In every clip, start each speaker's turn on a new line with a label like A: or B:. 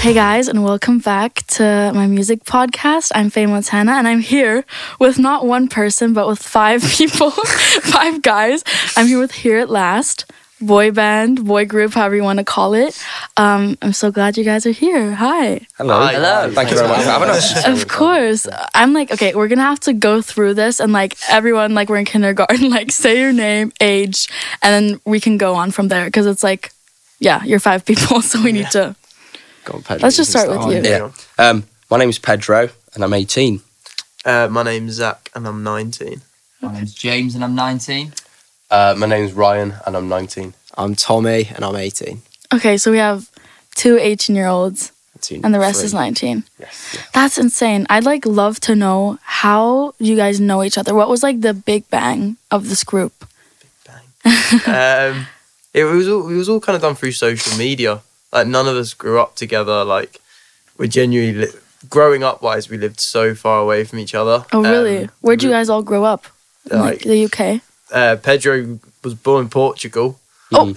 A: Hey guys, and welcome back to my music podcast. I'm Faye Montana, and I'm here with not one person, but with five people, five guys. I'm here with Here at Last, boy band, boy group, however you want to call it. Um, I'm so glad you guys are here. Hi.
B: Hello.
C: Hi. Hello.
B: Thank you very much for having us.
A: Of course. I'm like, okay, we're gonna have to go through this and like everyone like we're in kindergarten, like say your name, age, and then we can go on from there because it's like, yeah, you're five people, so we need to
C: Go on, Pedro.
A: let's just start with you.
C: Yeah. Um, my name's Pedro, and I'm 18.
D: Uh, my name's Zach and I'm 19.
E: My name's James and I'm 19.
C: Uh, my name's Ryan, and I'm 19.
F: I'm Tommy and I'm 18.
A: Okay, so we have two 18 year olds and the rest is 19.
C: Yes.
A: That's insane. I'd like love to know how you guys know each other. What was like the big bang of this group?
D: um, it was all, it was all kind of done through social media. Like none of us grew up together. Like we're genuinely li- growing up wise, we lived so far away from each other.
A: Oh, really?
D: Um,
A: Where'd you
D: we-
A: guys all grow up? In, like
D: Like,
A: the UK?
D: uh, Pedro was born in Portugal.
A: Oh,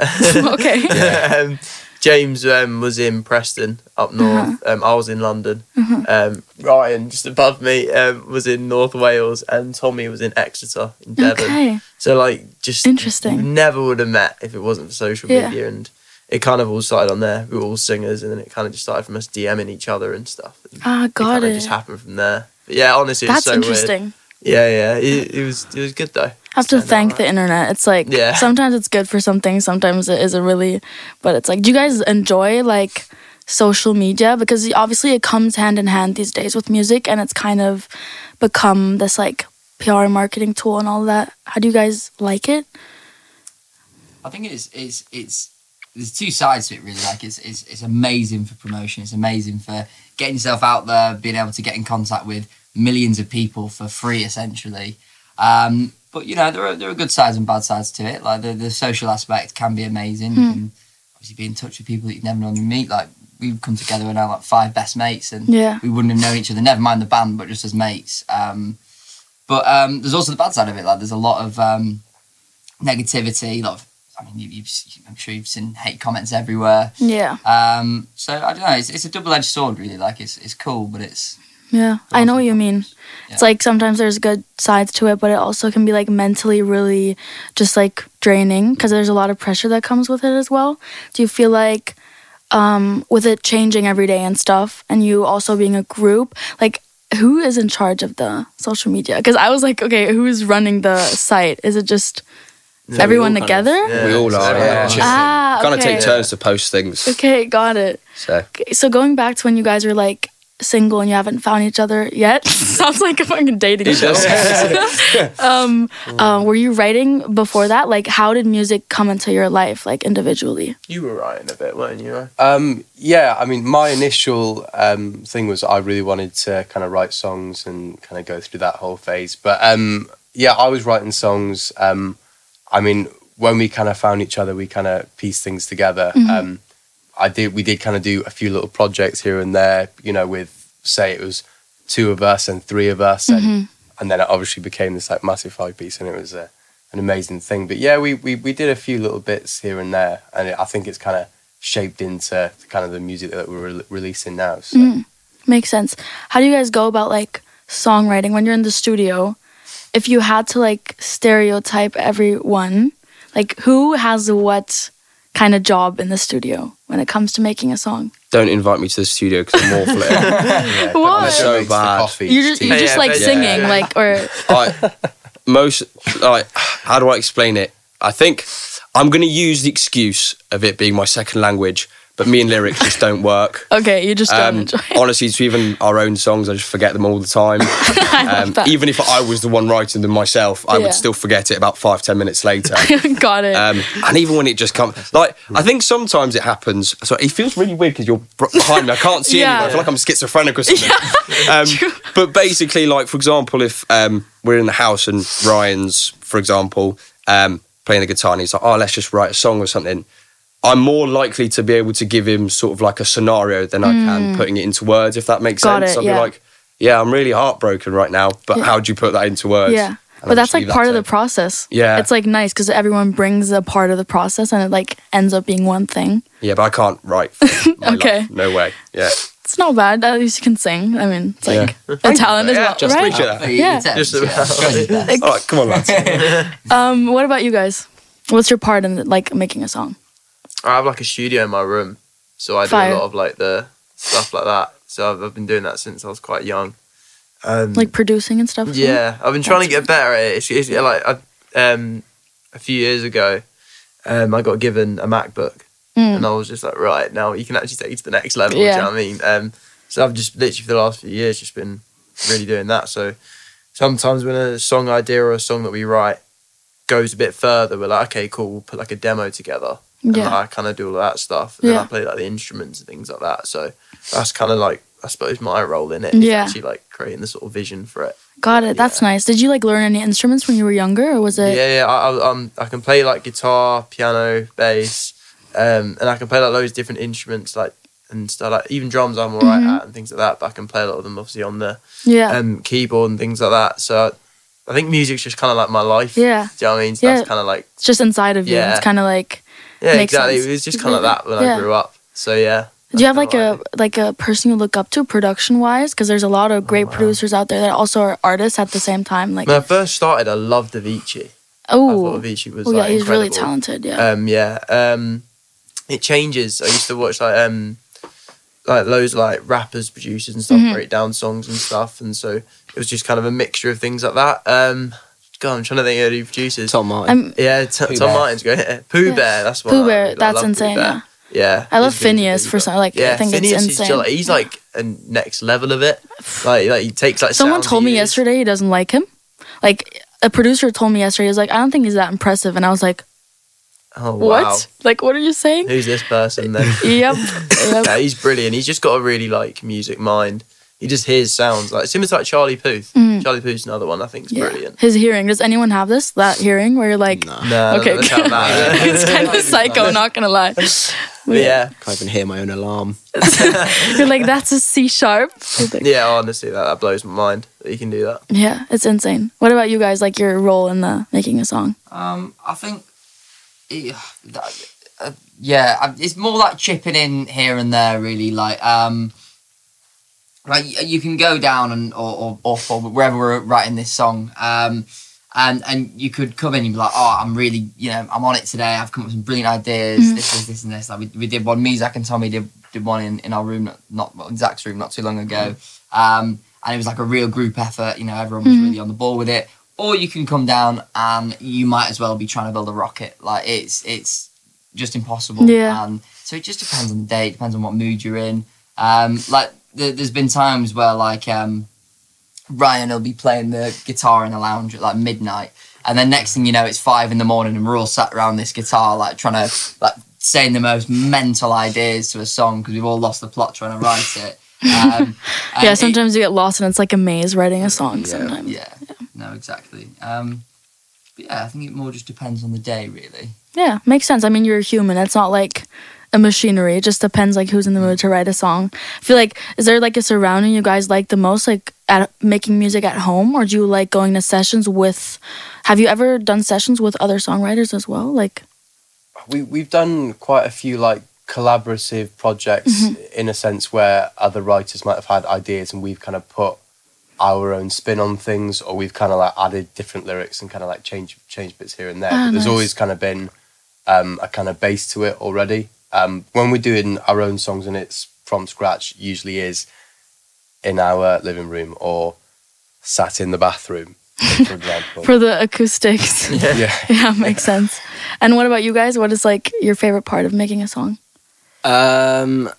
A: okay.
D: um, James um, was in Preston up
A: Uh-huh.
D: north. Um, I was in London. Um, Ryan, just above me, um, was in North Wales, and Tommy was in Exeter in Devon.
A: Okay.
D: So like, just
A: Interesting.
D: you Never would have met if it wasn't for social
A: Yeah.
D: media, and it kind of all started on there. We were all singers, and then it kind of just started from us DMing each other and stuff.
A: Ah,
D: it.
A: got
D: kind of
A: it.
D: just happened from there. But yeah, honestly,
A: That's
D: it's so
A: interesting.
D: weird. Yeah, yeah, it, it was it was good though.
A: I have to
D: Stand out,
A: thank
D: right?
A: the internet. It's like
D: Yeah.
A: sometimes it's good for something, sometimes it isn't really. But it's like, do you guys enjoy like social media? Because obviously it comes hand in hand these days with music, and it's kind of become this like PR and marketing tool and all that. How do you guys like it?
E: I think it's it's it's there's two sides to it really. Like it's it's it's amazing for promotion. It's amazing for getting yourself out there, being able to get in contact with millions of people for free essentially. Um, but you know there are there are good sides and bad sides to it. Like the the social aspect can be amazing. You can obviously be in touch with people that you've never normally meet. Like we've come together and are like five best mates and
A: Yeah.
E: we wouldn't have known each other. Never mind the band, but just as mates. Um, but um, there's also the bad side of it. Like there's a lot of um, negativity. A lot of, I mean, you, you've, I'm sure you've seen hate comments everywhere.
A: Yeah,
E: Um, so I don't know. It's, it's a double-edged sword, really. Like it's it's cool, but it's
A: yeah. I know what you mean. It's
E: Yeah.
A: like sometimes there's good sides to it, but it also can be like mentally really just like draining because there's a lot of pressure that comes with it as well. Do you feel like um, with it changing every day and stuff, and you also being a group, like who is in charge of the social media? Because I was like, okay, who's running the site? Is it just
D: we
A: everyone
F: all kind of-
A: together?
C: We all
D: so
C: are,
D: everyone
C: yeah.
D: just-
A: Ah,
C: Kind of
A: okay.
C: take turns to post things.
A: Okay, got it.
C: So
A: Okay, so going back to when you guys were like single and you haven't found each other yet sounds like a fucking dating show um, uh, were you writing before that like how did music come into your life like individually
D: You were Ryan a bit, weren't you? Ryan?
B: Um, yeah, I mean, my initial um, thing was I really wanted to kind of write songs and kind of go through that whole phase. But um, yeah, I was writing songs. Um, I mean, when we kind of found each other, we kind of pieced things together. Um, I did. We did kind of do a few little projects here and there. You know, with say it was two of us and three of us, and and then it obviously became this like massive five piece, and it was a, an amazing thing. But yeah, we, we we did a few little bits here and there, and it, I think it's kind of shaped into the kind of the music that we're re- releasing now. So.
A: Mm. makes sense how do you guys go about like songwriting when you're in the studio if you had to like stereotype everyone like who has what kind of job in the studio when it comes to making a song
C: don't invite me to the studio because I'm awful at it.
B: Yeah,
A: What?
B: I'm
C: Oh. So
B: so
C: bad.
B: bad. Coffee
A: you just,
B: tea.
A: you just
D: Yeah,
A: like
D: but-
A: singing
D: yeah.
A: like or
C: Like, most, like, how do I explain it? I think I'm going to use the excuse of it being my second language, but me and lyrics just don't work.
A: okay you just don't
C: Um,
A: enjoy it.
C: honestly, to even our own songs, I just forget them all the time. um,
A: that.
C: even if I was the one writing them myself, I
A: Yeah.
C: would still forget it about five, ten minutes later.
A: Got it.
C: Um, and even when it just comes, like I think sometimes it happens. So it feels really weird because you're br- behind me. I can't see
A: Yeah.
C: anyone. I feel like I'm schizophrenic or something. um, but basically, like for example, if um, we're in the house and Ryan's, for example, um, playing the guitar, and he's like, "Oh, let's just write a song or something." I'm more likely to be able to give him sort of like a scenario than I can putting it into words, if that makes
A: Mm. Got
C: sense.
A: it,
C: I'll
A: yeah.
C: be like, "Yeah, I'm really heartbroken right now, but how do you put that into words?"
A: Yeah.
C: And
A: But
C: I'll
A: that's
C: just
A: like
C: leave that
A: part of the
C: tape.
A: process.
C: Yeah.
A: It's like nice because everyone brings a part of the process and it like ends up being one thing.
C: Yeah, but I can't write. for my
A: Okay.
C: life. No way. Yeah.
A: It's not bad. At least you can sing. I mean, it's like a
C: Thank you.
A: talent as
C: Yeah,
A: well,
C: just
A: right?
C: reach it out.
E: But you
A: Yeah.
E: attempt,
D: Just
E: yeah,
D: about.
E: try your best.
C: All right, come on, lads.
A: Um, what about you guys? What's your part in like making a song?
D: I have like a studio in my room, so I do
A: Fire.
D: a lot of like the stuff like that. So I've, I've been doing that since I was quite young.
C: Hmm.
D: Um,
A: Like producing and stuff?
D: yeah, I've been trying to get better at it. It's, it's like I, um, a few years ago, um, I got given a MacBook,
A: Mm.
D: and I was just like, right now you can actually take it to the next level. Do
A: Yeah.
D: you know what I mean? Um, so I've just literally for the last few years just been really doing that. So sometimes when a song idea or a song that we write goes a bit further, we're like, okay, cool, we'll put like a demo together. And
A: Yeah.
D: I kind of do all that stuff. And
A: Yeah.
D: then I play like the instruments and things like that. So that's kind of like, I suppose, my role in it.
A: Yeah.
D: Is actually like creating the sort of vision for it.
A: Got it. That's nice. Did you like learn any instruments when you were younger or was it?
D: yeah, yeah. I, I, um, I can play like guitar, piano, bass, um, and I can play like loads of different instruments, like and stuff like even drums. I'm alright
A: Mhm.
D: at and things like that. But I can play a lot of them obviously on the
A: Yeah.
D: um, keyboard and things like that. So I, I think music's just kind of like my life.
A: Yeah.
D: do you know what I mean? So
A: Yeah.
D: That's kind of like
A: it's just inside of you.
D: Yeah.
A: It's kind of like
D: yeah,
A: Makes
D: exactly.
A: sense.
D: It was just kind of
A: Completely.
D: that when
A: Yeah.
D: I grew up. So yeah.
A: Do you
D: that's
A: have like
D: kinda
A: a like a person you look up to production wise? Because there's a lot
D: Oh,
A: of great producers out there that also are artists at the same time. Like,
D: When I first started, I loved Avicii. I
A: oh,
D: thought Avicii was
A: oh yeah,
D: like
A: he's really
D: incredible.
A: talented. Yeah,
D: Um, yeah. Um, it changes. I used to watch like um, like loads of, like rappers, producers, and stuff
A: Mhm.
D: break down songs and stuff, and so it was just kind of a mixture of things like that. Um, God, I'm trying to think of who producers.
F: Tom Martin.
A: I'm
D: Yeah, T-
F: Pooh
D: Tom
F: Bear.
D: Martin's great. Pooh
A: Yeah.
D: Bear, that's one. Oh, I
A: Pooh Bear.
D: really- I
A: that's
D: love Pooh
A: insane.
D: Bear.
A: Yeah.
D: Yeah,
A: I love
D: he's really good
A: Phineas
D: as
A: for
D: well.
A: some- like, I
D: yeah,
A: think it's
D: Phineas is
A: insane.
D: just, like, he's like a next level of it. Like, like he takes like.
A: Someone
D: sounds
A: told
D: he
A: me
D: uses-
A: yesterday he doesn't like him. Like a producer told me yesterday, he was like, I don't think he's that impressive, and I was like,
D: Oh
A: What?
D: wow!
A: Like, what are you saying?
D: Who's this person then?
A: yep. yep.
D: yeah, he's brilliant. He's just got a really like music mind. He just hears sounds like similar to like Charlie Puth.
A: Mm.
D: Charlie Puth's another one I think's
A: Yeah.
D: brilliant.
A: His hearing. Does anyone have this? That hearing where you're like,
F: Nah,
D: No,
A: okay,
D: that's not bad.
A: it's kind of psycho. Not gonna lie.
D: But yeah,
F: can't even hear my own alarm.
A: You're like, that's a C sharp. You're like,
D: yeah. Honestly, that, that blows my mind that he can do that.
A: Yeah, it's insane. What about you guys? Like your role in the making a song?
E: Um, I think, it, that, uh, yeah, I- it's more like chipping in here and there, really. Like, um, like y- you can go down and or, or up or wherever we're writing this song, um, and and you could come in and be like, oh, I'm really, you know, I'm on it today. I've come up with some brilliant ideas.
A: Mhm.
E: This, this, this, and this. Like we, we did one. Me, Zach, and Tommy did did one in, in our room, not, not well, in Zach's room, not too long ago. Um, and it was like a real group effort. You know, everyone was
A: Mhm.
E: really on the ball with it or you can come down and you might as well be trying to build a rocket. Like it's it's just impossible.
A: Yeah.
E: And so it just depends on the day. It depends on what mood you're in. Um, like th- there's been times where like um, Ryan will be playing the guitar in the lounge at like midnight, and then next thing you know, it's five in the morning, and we're all sat around this guitar like trying to like saying the most mental ideas to a song because we've all lost the plot trying to write it. Um, and
A: yeah,
E: it-
A: sometimes you get lost and it's like a maze writing a song. sometimes.
E: yeah, no, exactly. Um, but yeah, I think it more just depends on the day, really.
A: Yeah, makes sense. I mean, you're a human. It's not like a machinery. It just depends like who's in the mood to write a song. I feel like is there like a surrounding you guys like the most like at making music at home or do you like going to sessions with Have you ever done sessions with other songwriters as well? Like
B: we we've done quite a few like collaborative projects
A: Mm-hmm.
B: in a sense where other writers might have had ideas and we've kind of put our own spin on things or we've kind of like added different lyrics and kind of like change change bits here and there
A: Ah,
B: but there's
A: nice.
B: always kind of been um, a kind of base to it already um, when we're doing our own songs and it's from scratch usually is in our living room or sat in the bathroom for example
A: for the acoustics. Yeah,
B: yeah
A: makes sense. And what about you guys? What is like your favorite part of making a song?
F: Um,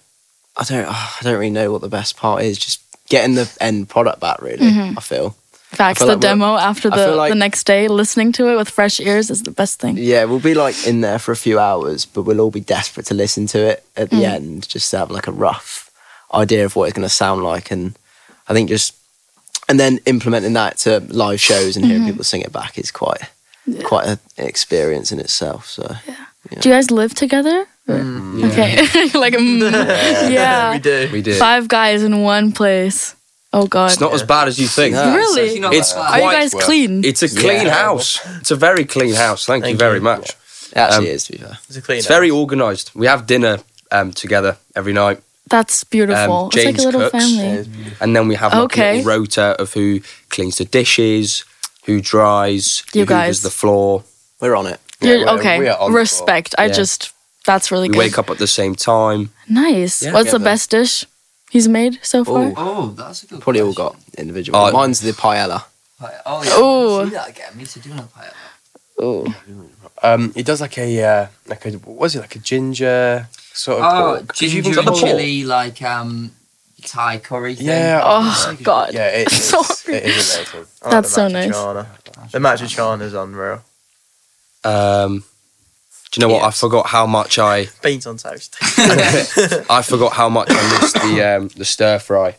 F: I don't. ah, I don't really know what the best part is. Just getting the end product back. Really,
A: Mhm.
F: I feel.
A: Facts,
F: I
A: the
F: feel like we're-
A: demo after
F: I
A: the,
F: feel like-
A: the next day, listening to it with fresh ears is the best thing.
F: Yeah, we'll be like in there for a few hours, but we'll all be desperate to listen to it at the
A: Mm.
F: end, just to have like a rough idea of what it's going to sound like. And I think just and then implementing that to live shows and
A: Mm-hmm.
F: hearing people sing it back is quite quite a- an experience in itself. So
A: Do you guys live together? Okay. like, mm, yeah.
D: we do.
C: We did.
A: Five guys in one place. Oh God.
C: It's not as bad as you think.
F: No.
A: Really?
E: It's, actually not
C: It's
E: that
A: Are
E: bad.
A: you
C: quite
A: guys
B: well.
A: clean?
C: It's a clean house. It's a very clean house. Thank, you
D: Thank
C: very
D: you.
C: much.
F: It actually
C: Um,
F: is, to be fair.
D: It's a clean.
C: It's very organised. We have dinner um, together every night,
A: That's beautiful.
C: um,
A: it's like a
C: James
A: little
C: cooks.
A: family.
C: and then we have like
A: Okay.
C: a little rota of who cleans the dishes, who dries,
A: You
C: who
A: guys.
C: does the floor.
F: We're on it.
B: Yeah,
A: You're-
B: we're-
A: okay.
B: we are on the ball.
A: Respect. I
C: Yeah.
A: just. That's really
C: We
A: good.
C: wake up at the same time.
A: Nice.
C: Yeah.
A: What's the
F: Yeah,
A: best dish he's made so far?
F: Ooh.
E: Oh, that's a good.
F: Probably all
E: question.
F: got individual.
B: Uh,
C: Oh.
F: Mine's the paella.
E: Oh, yeah. Oh,
A: Ooh.
E: see that again. Me too. Do not pay
A: Ooh.
B: Um, it does like a uh, like a was it like a ginger sort of
E: Oh,
B: pork? 'Cause you've
E: ginger
B: got
E: and
B: the pork.
E: chili, like um, Thai curry thing.
B: Yeah.
A: Oh God.
B: Yeah, it
A: I'm
B: is.
A: so hungry.
B: it is amazing.
D: I like the
A: That's so nice.
D: Matcha-chana. The matcha chana is unreal.
C: Um, do you know what? I forgot how much I
D: Beans on toast.
C: I forgot how much I missed the um, the stir fry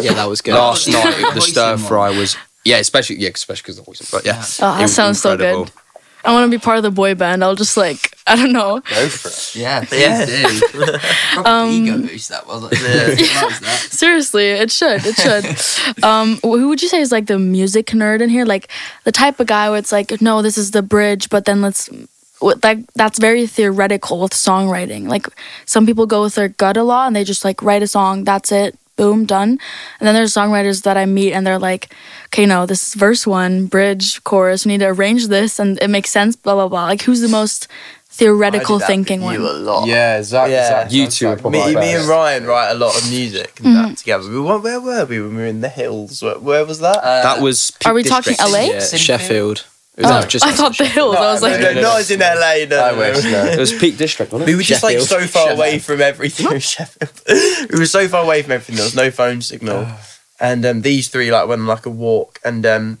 F: Yeah, that was good.
C: last
E: yeah.
C: night. The
E: Hoisin
C: stir
E: one.
C: fry was yeah, especially yeah, especially because the hoisin. But
A: Oh,
C: yeah, it
A: that
C: was
A: sounds so
C: incredible.
A: good. I want to be part of the boy band. I'll just like I don't know.
B: Go for it.
E: Yeah, please
D: Yeah.
E: do. Proper
A: Um,
E: ego boost that was. Like, was that?
A: Seriously, it should. It should. um, wh- who would you say is like the music nerd in here? Like the type of guy where it's like, no, this is the bridge, but then let's. With like that's very theoretical with songwriting. Like some people go with their gut a lot, and they just like write a song. That's it. Boom, done. And then there's songwriters that I meet, and they're like, okay, no, this is verse one, bridge, chorus. We need to arrange this, and it makes sense. Blah blah blah. Like who's the most theoretical thinking one?
D: You a lot.
B: Yeah, Zach.
D: Yeah.
B: Zach
C: You
B: Zach-
C: two are
B: Zach-
D: Me,
C: Right,
D: me
C: right.
D: and Ryan write a lot of music and
A: Mm.
D: that together. We, were- where were we when we were in the hills? Where, where was that?
E: Uh,
C: That was.
A: Are we
C: Peak
A: talking
C: District.
A: LA?
F: Yeah,
E: Sinfield.
F: Sheffield. It was
A: Oh,
F: out- just
A: I
F: outside
A: thought the
F: Sheffield.
A: hills. I was
D: no,
A: like,
D: no, no, it's in LA. No,
B: I
D: no,
B: wish.
D: no.
B: No.
C: It was Peak District, wasn't it?
D: We were just like so
F: Sheffield.
D: far
F: Sheffield.
D: away from everything. in Sheffield. we were so far away from everything. There was no phone signal, and um, these three like went on like a walk, and um,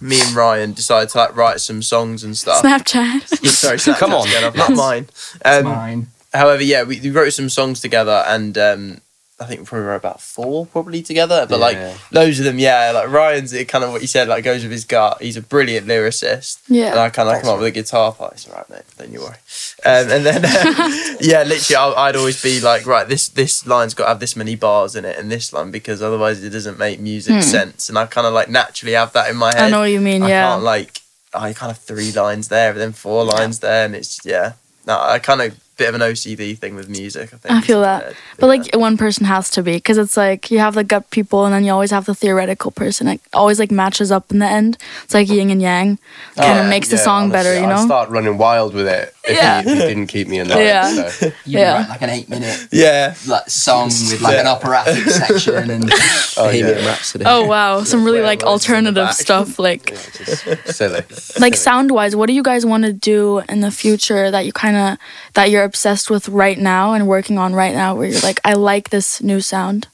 D: me and Ryan decided to like write some songs and stuff.
A: Snapchat.
D: Yeah, sorry, Snapchat's
C: Come on.
D: going off, not mine. Um,
E: mine.
D: however, yeah, we, we wrote some songs together, and um, I think we probably wrote about four probably together. But like
B: Yeah.
D: loads of them, yeah. Like Ryan's it kind of what you said, like goes with his gut. He's a brilliant lyricist. And
A: Yeah.
D: I kind of come up with a guitar part. It's all right, mate. Don't you worry. Um, and then, um, yeah, literally, I, I'd always be like, right, this this line's got to have this many bars in it, and this line because otherwise it doesn't make
A: Hmm.
D: music sense. And I kind of like naturally have that in my head.
A: I know what you mean.
D: I
A: Yeah.
D: can't like I kind of three lines there, but then four lines there, and it's yeah. No, I kind of bit of an OCD thing with music. I think
A: I feel
D: is
A: that.
D: bad,
A: But
D: yeah.
A: like one person has to be because it's like you have the gut people and then you always have the theoretical person. It always like matches up in the end. It's like yin and yang.
D: Oh,
A: Kind of
B: Yeah,
A: makes the
B: Uh, yeah,
A: song better,
B: honestly,
A: you
B: I'd
A: know?
B: start running wild with it if,
A: Yeah.
B: he, if he didn't keep me in line.
A: Yeah.
B: So.
E: You
A: Yeah.
E: yeah. write like an eight-minute
D: yeah,
E: like song with like an operatic section and
B: Oh,
F: Bohemian
B: yeah.
F: Rhapsody.
A: Oh wow, some really
D: Where
A: like
D: it was in the
A: alternative
D: back.
A: stuff. Like,
B: Silly.
A: like sound wise, what do you guys want to do in the future that you kind of that you're obsessed with right now and working on right now? Where you're like, I like this new sound.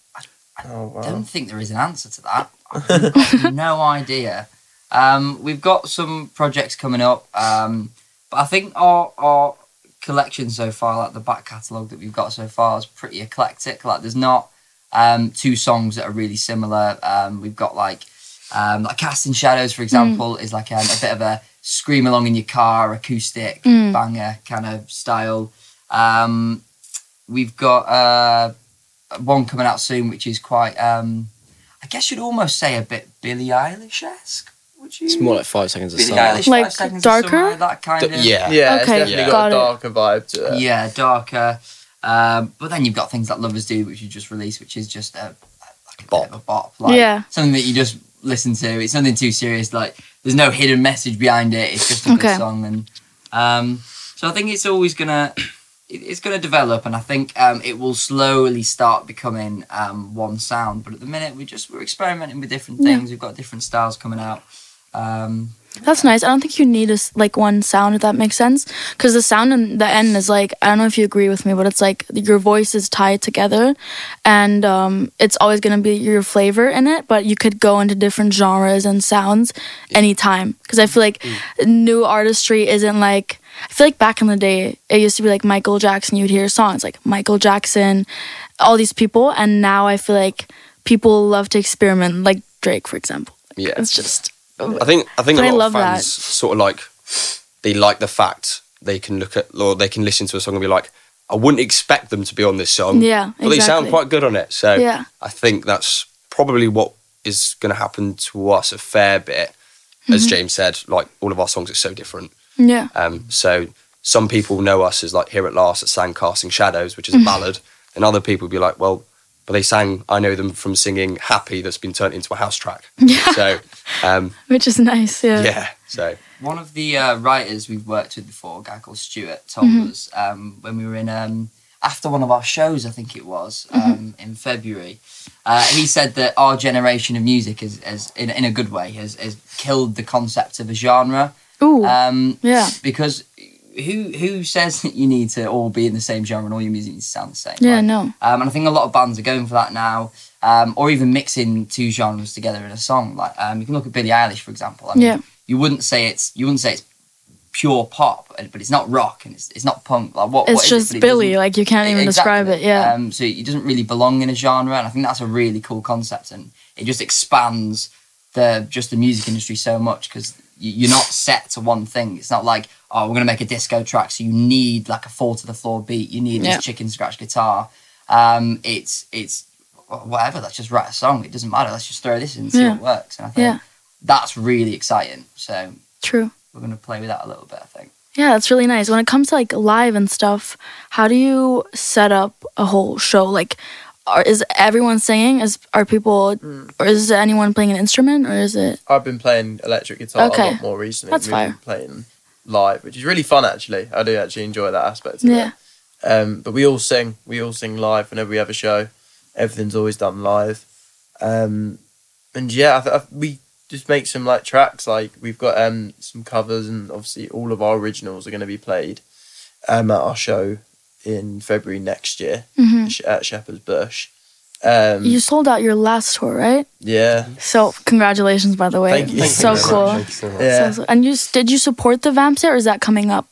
D: oh,
E: I
D: wow.
E: don't think there is an answer to that. I've got no idea. Um, we've got some projects coming up, um, but I think our our collection so far, like the back catalogue that we've got so far, is pretty eclectic. Like, there's not um, two songs that are really similar. Um, we've got like um, like Casting Shadows, for example, is like um, a bit of a scream along in your car, acoustic
A: Mm.
E: banger kind of style. Um, we've got uh, one coming out soon, which is quite, um, I guess you'd almost say a bit Billie Eilish esque. Would you?
F: It's more like five seconds of
E: Billie
F: summer.
E: Eilish,
A: Like
E: Five Seconds of Summer,
A: darker?
E: that kind of.
C: yeah.
D: Yeah, it's
A: Okay,
D: definitely
A: yeah.
D: got
A: got
D: a darker vibe to it.
E: yeah, darker. Um, but then you've got things like Lovers Do, which you just released, which is just a, like a bop. Bit of a bop, like
A: Yeah.
E: something that you just listen to. It's nothing too serious. Like there's no hidden message behind it. It's just a
A: Okay.
E: good song, and um, so I think it's always gonna it- it's gonna develop, and I think um, it will slowly start becoming um, one sound. But at the minute, we just we're experimenting with different
A: Yeah.
E: things. We've got different styles coming out. Um,
A: That's nice. I don't think you need a, s- like one sound if that makes sense, because the sound in the end is like I don't know if you agree with me, but it's like your voice is tied together, and um, it's always gonna be your flavor in it. But you could go into different genres and sounds anytime, because I feel like
C: Mm.
A: new artistry isn't like I feel like back in the day it used to be like Michael Jackson. You'd hear songs like Michael Jackson, all these people, and now I feel like people love to experiment, like Drake, for example.
C: Yeah.
A: It's just
C: I think I think a
A: But I
C: lot
A: love
C: of fans
A: that.
C: sort of like they like the fact they can look at or they can listen to a song and be like, I wouldn't expect them to be on this song.
A: Yeah,
C: But they sound
A: exactly.
C: quite good on it. So
A: Yeah.
C: I think that's probably what is going to happen to us a fair bit.
A: Mm-hmm.
C: As James said, like all of our songs are so different.
A: Yeah.
C: Um, so some people know us as like Here at Last at sang Casting Shadows, which is
A: Mm.
C: a ballad, and other people be like, well, but they sang. I know them from singing Happy, that's been turned into a house track.
A: Yeah.
C: So um,
A: Which is nice. Yeah.
C: yeah, so
E: One of the uh, writers we've worked with before, a guy called Stuart, told us
A: Mm-hmm.
E: um, when we were in um, after one of our shows, I think it was um,
A: Mm-hmm.
E: in February. Uh, he said that our generation of music has, has in, in a good way, has, has killed the concept of a genre.
A: Ooh.
E: Um,
A: Yeah.
E: Because who who says that you need to all be in the same genre and all your music needs to sound the same?
A: yeah.
E: right?
A: No.
E: Um, and I think a lot of bands are going for that now, um, or even mixing two genres together in a song. Like um, you can look at Billie Eilish, for example. I mean,
A: Yeah.
E: You wouldn't say it's you wouldn't say it's pure pop, and- but it's not rock and it's, it's not punk. Like what? what
A: It's
E: is it?
A: just
E: But it
A: Billy.
E: doesn't-
A: Like you can't even
E: Exactly.
A: describe it. Yeah.
E: Um, so it doesn't really belong in a genre, and I think that's a really cool concept, and it just expands the just the music industry so much because you're not set to one thing. It's not like oh, we're gonna make a disco track, so you need like a fall to the floor beat. You need
A: Yeah.
E: this chicken scratch guitar. Um, it's it's wh- whatever. Let's just write a song. It doesn't matter. Let's just throw this in and see
A: Yeah.
E: what works. And I think
A: Yeah.
E: that's really exciting. So
A: True.
E: we're gonna play with that a little bit. I think.
A: Yeah, that's really nice. When it comes to like live and stuff, how do you set up a whole show? Like, are, is everyone singing? Is are people,
E: Hmm.
A: or is anyone playing an instrument, or is it?
D: I've been playing electric guitar a
A: Okay.
D: lot more recently.
A: That's
D: We've been Playing live, which is really fun actually. I do actually enjoy that aspect of
A: Yeah.
D: it. Um, but we all sing. We all sing live whenever we have a show. Everything's always done live. Um, and yeah, I th- I th- we just make some like tracks. Like we've got um, some covers, and obviously all of our originals are going to be played um, at our show in February next year
A: hmm
D: sh at Shepherd's Bush. Um,
A: You sold out your last tour, right?
D: yeah,
A: So congratulations, by the way.
D: Thank you.
A: It's
D: Thank
A: so
D: you very
A: cool.
B: Thank you so much.
D: yeah.
A: So- and you s- did you support the vamp set, or is that coming up?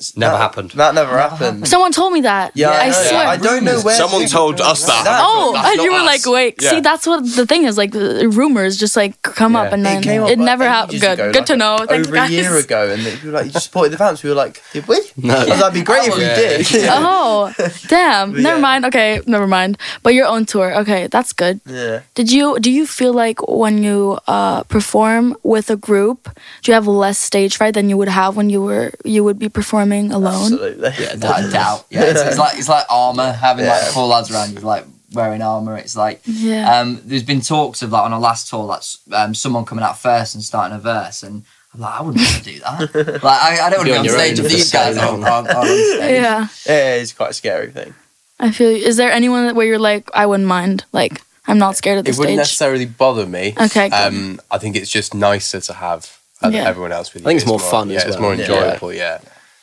D: It's
C: Never
D: that-
C: happened.
D: That never happened.
A: Someone told me that.
D: Hmm. Yeah, I,
A: I
D: know.
A: swear.
D: I don't know where.
C: someone told us that.
D: That-
A: Oh,
C: That's
A: and
C: not
A: you were like,
C: us.
A: wait,
C: Yeah.
A: see, that's what the thing is. Like, the rumors just like come up,
C: Yeah.
A: and
D: It
A: then
D: came
A: it,
D: up, like,
A: never happened.
D: ages
A: Good,
D: ago,
A: good
D: like,
A: to know. Thanks,
D: over a
A: guys.
D: year ago, and they were like, "You supported the Vamps." We were like, "Did we?"
F: No.
D: I was like, "That'd be great if we
C: Yeah.
D: did." Yeah.
A: Oh, damn.
D: But
A: Never
D: yeah.
A: mind. Okay, never mind. But your own tour. Okay, that's good.
D: yeah.
A: Did you do you feel like when you uh, perform with a group, do you have less stage fright than you would have when you were you would be performing alone?
D: Absolutely.
E: Yeah, without a doubt. Yeah, it's, it's like it's like armor having like
D: Yeah.
E: four lads around you, like wearing armor. It's like
A: Yeah.
E: um, there's been talks of like on our last tour, like s- um, someone coming out first and starting a verse, and I'm like, I wouldn't want to do that. like, I, I don't want to
D: Be
E: be
D: on
E: on
D: your
E: stage
D: own
E: with
D: for
E: these
D: so
E: guys.
D: long.
E: On, on, on stage.
A: yeah.
D: Yeah, it's quite a scary thing.
A: I feel. you. Is there anyone that- where you're like, I wouldn't mind. Like, I'm not scared of the
B: It wouldn't
A: stage.
B: necessarily bother me.
A: Okay, cool.
B: Um, I think it's just nicer to have uh,
A: Yeah.
B: everyone else with you.
F: I think it's more fun
B: Yeah,
F: as
B: it's
F: well.
B: more
D: Yeah.
B: enjoyable. Yeah.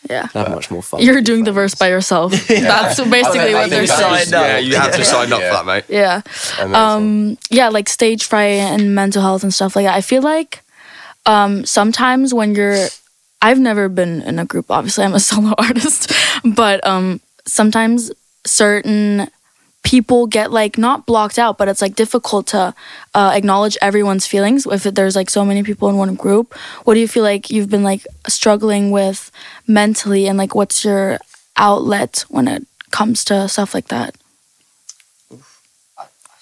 A: yeah.
F: I'd have much more fun.
A: You're doing the verse by yourself. That's basically
D: I
A: what
D: think
A: they're
D: that's-
A: saying.
D: up.
C: Yeah, you have to
D: Yeah.
C: sign up
B: Yeah.
C: for that, mate.
A: Yeah.
B: Amazing.
A: um yeah like stage fright and mental health and stuff like that i feel like um sometimes when you're i've never been in a group obviously i'm a solo artist but um sometimes certain people get like not blocked out but it's like difficult to uh, acknowledge everyone's feelings if there's like so many people in one group what do you feel like you've been like struggling with mentally and like what's your outlet when it comes to stuff like that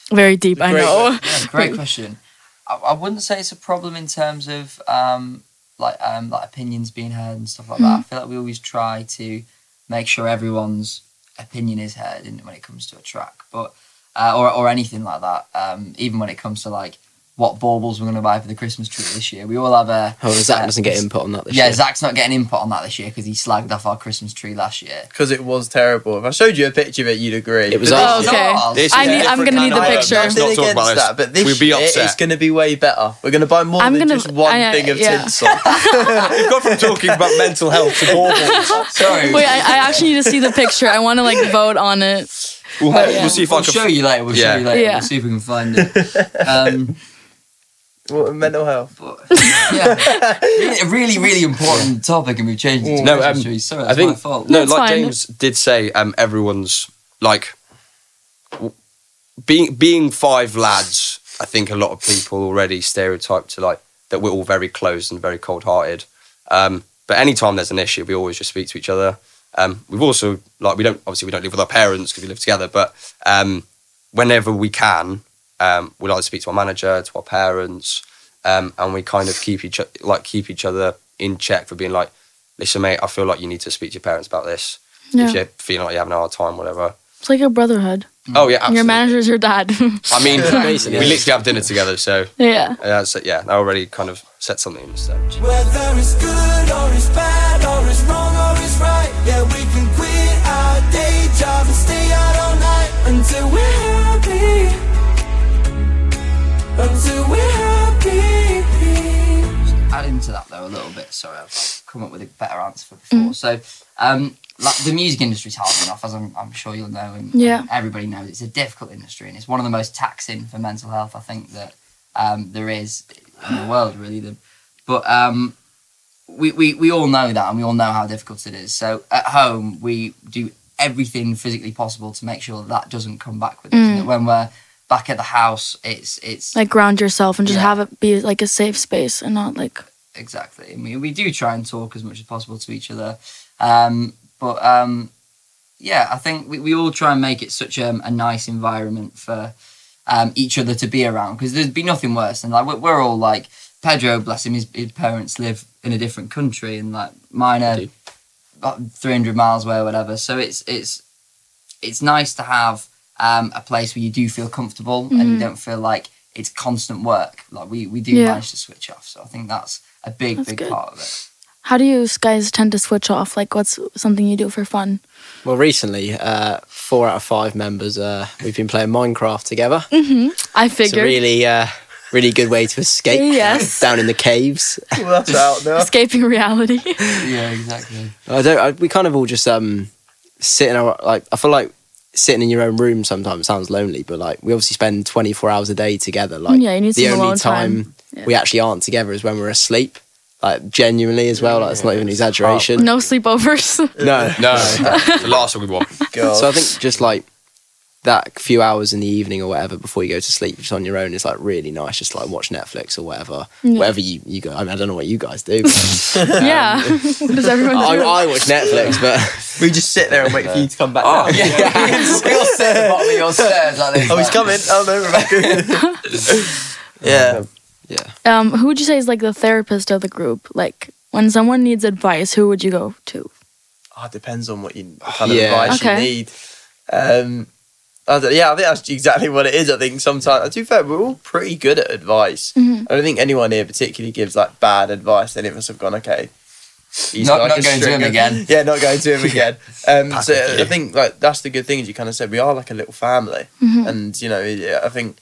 A: very deep i
D: Great.
A: know
E: Yeah, great question. I, I wouldn't say it's a problem in terms of um, like um, like opinions being heard and stuff like
F: Mm-hmm.
E: that. I feel like we always try to make sure everyone's opinion is heard in, when it comes to a track, but uh, or or anything like that. Um, even when it comes to like what baubles we're going to buy for the Christmas tree this year, we all have a.
F: However, Oh, Zach
E: uh,
F: doesn't get input on that this
E: yeah,
F: year.
E: Zach's not getting input on that this year because he slagged off our Christmas tree last year.
D: Because it was terrible. If I showed you a picture of it, you'd agree.
F: It was
D: But
F: us.
D: this
A: Oh,
D: year-
A: okay.
C: This
A: I
C: is a
A: need, I'm
C: different
A: gonna need
C: kind
A: the
C: of-
A: picture.
C: Let's not
D: Nothing
C: talk about
D: against
C: this.
D: that, but this
C: We'd be
D: year
C: upset.
D: it's going to be way better. We're going to buy more
A: I'm
D: than
A: gonna-
D: just one
A: I- I-
D: thing of
A: yeah.
D: tinsel.
C: We've gone from talking about mental health to baubles.
E: Sorry,
A: Wait, I, I actually need to see the picture. I want to like vote on it.
C: We'll,
A: But, yeah.
C: we'll see if I
E: we'll
C: can.
E: show you later. We'll
C: Yeah.
E: show you later.
A: Yeah.
E: We'll see if we can find it. Um,
D: What, mental health.
E: But yeah, really, a really, really important topic, and we've changed it. To
C: No,
E: no,
C: um,
E: sorry,
C: I
E: that's
C: think
E: my fault.
C: no,
A: That's
C: like
A: fine.
C: James did say, um, everyone's like w- being being five lads. I think a lot of people already stereotype to like that we're all very closed and very cold hearted. Um, but anytime there's an issue, we always just speak to each other. Um, we've also like we don't obviously we don't live with our parents because we live together, but um, whenever we can, Um, we like to speak to our manager, to our parents, um, and we kind of keep each like keep each other in check for being like, listen, mate, I feel like you need to speak to your parents about this.
A: Yeah.
C: If you're feeling like you're having a hard time, whatever.
A: It's like a brotherhood.
E: Mm.
C: Oh yeah, absolutely.
A: Your manager's your dad.
C: I mean,
F: Basically,
C: we
F: yeah.
C: literally have dinner together, so
A: yeah.
C: uh, that's it, yeah, I already kind of set something in stone.
G: Whether it's good or it's bad or it's wrong or it's right, yeah, we can quit our day job and stay out all night until we're happy. Until we're happy.
E: add into that though a little bit. Sorry, I've come up with a better answer for
A: Mm.
E: before. So, um, like the music industry's hard enough, as I'm, I'm sure you'll know, and
A: Yeah.
E: and everybody knows. It's a difficult industry, and it's one of the most taxing for mental health. I think that um, there is in the world really. The, but um, we, we we all know that, and we all know how difficult it is. So at home, we do everything physically possible to make sure that, that doesn't come back with us. And
A: Mm.
E: that when we're back at the house, it's it's
A: Like ground yourself and just
E: Yeah.
A: have it be like a safe space and not like
E: exactly. I mean, we do try and talk as much as possible to each other, um, but um, yeah, I think we, we all try and make it such um, a nice environment for um, each other to be around because there'd be nothing worse than like we're, we're all like Pedro, bless him, his, his parents live in a different country and like mine are
C: They
E: about 300 miles away or whatever. So it's it's it's nice to have um, a place where you do feel comfortable and you
A: Mhm.
E: don't feel like it's constant work. Like we we do
A: Yeah.
E: manage to switch off. So I think that's a big
A: That's
E: big
A: good.
E: part of it.
A: how do you guys tend to switch off? Like what's something you do for fun?
F: Well, recently, uh, four out of five members, uh, we've been playing Minecraft together.
A: I
F: It's a
A: figured
F: really, uh, really good way to escape
A: Yes.
F: down in the caves.
D: Well, that's out now.
A: escaping reality.
E: Yeah, exactly.
F: I don't. I, we kind of all just um, sit in our like. I feel like sitting in your own room sometimes sounds lonely, but like we obviously spend twenty four hours a day together. Like
A: Yeah, you need
F: the
A: some
F: only
A: alone time.
F: we actually aren't together is when we're asleep. Like genuinely as well. Like it's not even an exaggeration.
A: no sleepovers.
F: Oh, no.
C: No, that's the last one we want.
F: So I think just like that few hours in the evening or whatever before you go to sleep, just on your own, is like really nice. Just like watch Netflix or whatever, whatever you you go. I mean, I don't know what you guys do. but-
A: yeah. What does everyone
F: I,
A: do?
F: I watch Netflix, but
D: We just sit there and wait for you to come back.
F: Oh,
D: down.
E: we all sit at the bottom of your stairs like this.
D: Oh, he's
E: like-
D: coming. Oh no, Rebecca. yeah.
A: um, who would you say is like the therapist of the group? Like when someone needs advice, who would you go to?
D: Oh, it depends on what you the kind of
F: Yeah.
D: advice
A: Okay.
D: you need. Um, I don't- yeah, I think that's exactly what it is. I think sometimes, to be fair, we're all pretty good at advice. I don't think anyone here particularly gives like bad advice. Any of us have gone, okay, he's
E: Not-
D: like
E: not
D: a
E: going to him
D: stringer."
E: again.
D: Yeah, not going to him again. Um, so
C: Pathetic.
D: I think like that's the good thing is you kind of said we are like a little family, and you know yeah, I think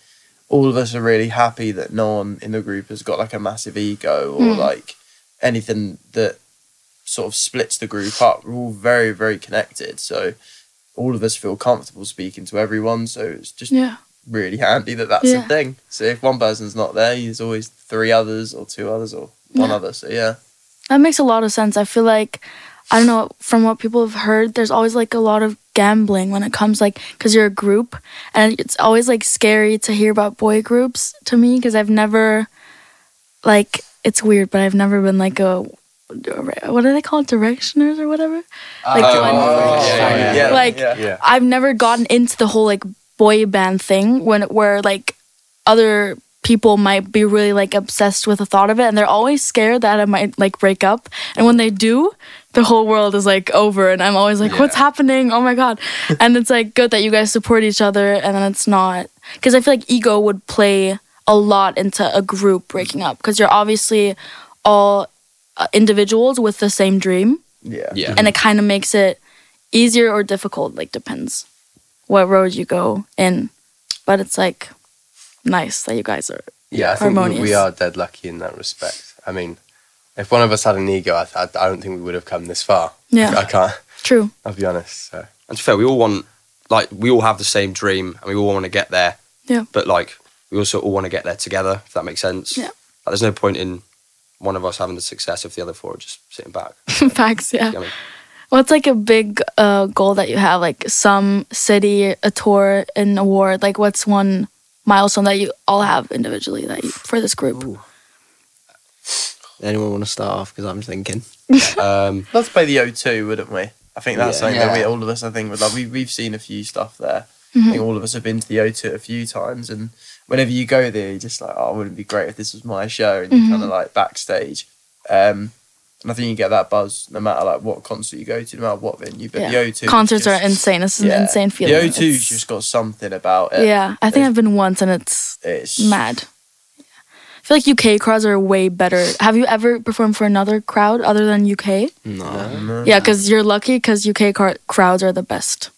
D: all of us are really happy that no one in the group has got like a massive ego or
A: Hmm.
D: like anything that sort of splits the group up. We're all very very connected, so all of us feel comfortable speaking to everyone. So it's just
A: Yeah.
D: really handy that that's
A: Yeah.
D: a thing. So if one person's not there, there's always three others or two others or one other. So yeah,
A: That makes a lot of sense. I feel like I don't know from what people have heard. There's always like a lot of gambling when it comes like because you're a group, and it's always like scary to hear about boy groups to me because I've never like it's weird, but I've never been like a what are they called directioners or whatever.
E: Oh,
A: Like when-
C: Oh, yeah,
D: yeah,
A: like
D: yeah.
B: Yeah.
A: I've never gotten into the whole like boy band thing when where like other people might be really like obsessed with the thought of it and they're always scared that it might like break up and when they do the whole world is like over and I'm always like what's happening oh my god and it's like good that you guys support each other and then it's not cuz I feel like ego would play a lot into a group breaking up cuz you're obviously all uh, individuals with the same dream
D: yeah.
C: Yeah.
A: and it kind of makes it easier or difficult like depends what road you go in but it's like nice that you guys are
B: Yeah, I think we,
A: Harmonious.
B: we are dead lucky in that respect. I mean, if one of us had an ego, I, I, I don't think we would have come this far. I
A: yeah
B: can't.
A: true
B: I'll be honest. So
C: And to be fair, we all want like we all have the same dream and we all want to get there.
A: Yeah.
C: But like we also all want to get there together, if that makes sense.
A: Yeah.
C: Like, there's no point in one of us having the success if the other four are just sitting back.
A: facts yeah
C: I mean-
A: what's like a big uh, goal that you have like some city a tour an award like what's one milestone that you all have individually that you, for this group
F: anyone want to start off because I'm thinking.
C: Um
D: Let's play the O2, wouldn't we? I think that's
F: Yeah.
D: something that we
E: Yeah.
D: all of us I think would love. We we've seen a few stuff there. I
A: Mm-hmm.
D: think all of us have been to the O2 a few times, and whenever you go there, you're just like, oh, wouldn't it be great if this was my show? And you're kind
A: Mm-hmm.
D: of like backstage. Um, and I think you get that buzz no matter like what concert you go to, no matter what venue. But
A: Yeah.
D: the O2 is
A: Concerts
D: just-
A: are insane. This is
D: yeah.
A: an insane feeling.
D: The O2's
A: It's-
D: just got something about it.
A: yeah, I think
D: it's-
A: I've been once and it's
D: it's
A: mad. I feel like UK crowds are way better. Have you ever performed for another crowd other than UK?
F: No.
A: Yeah, because you're lucky because UK car- crowds are the best.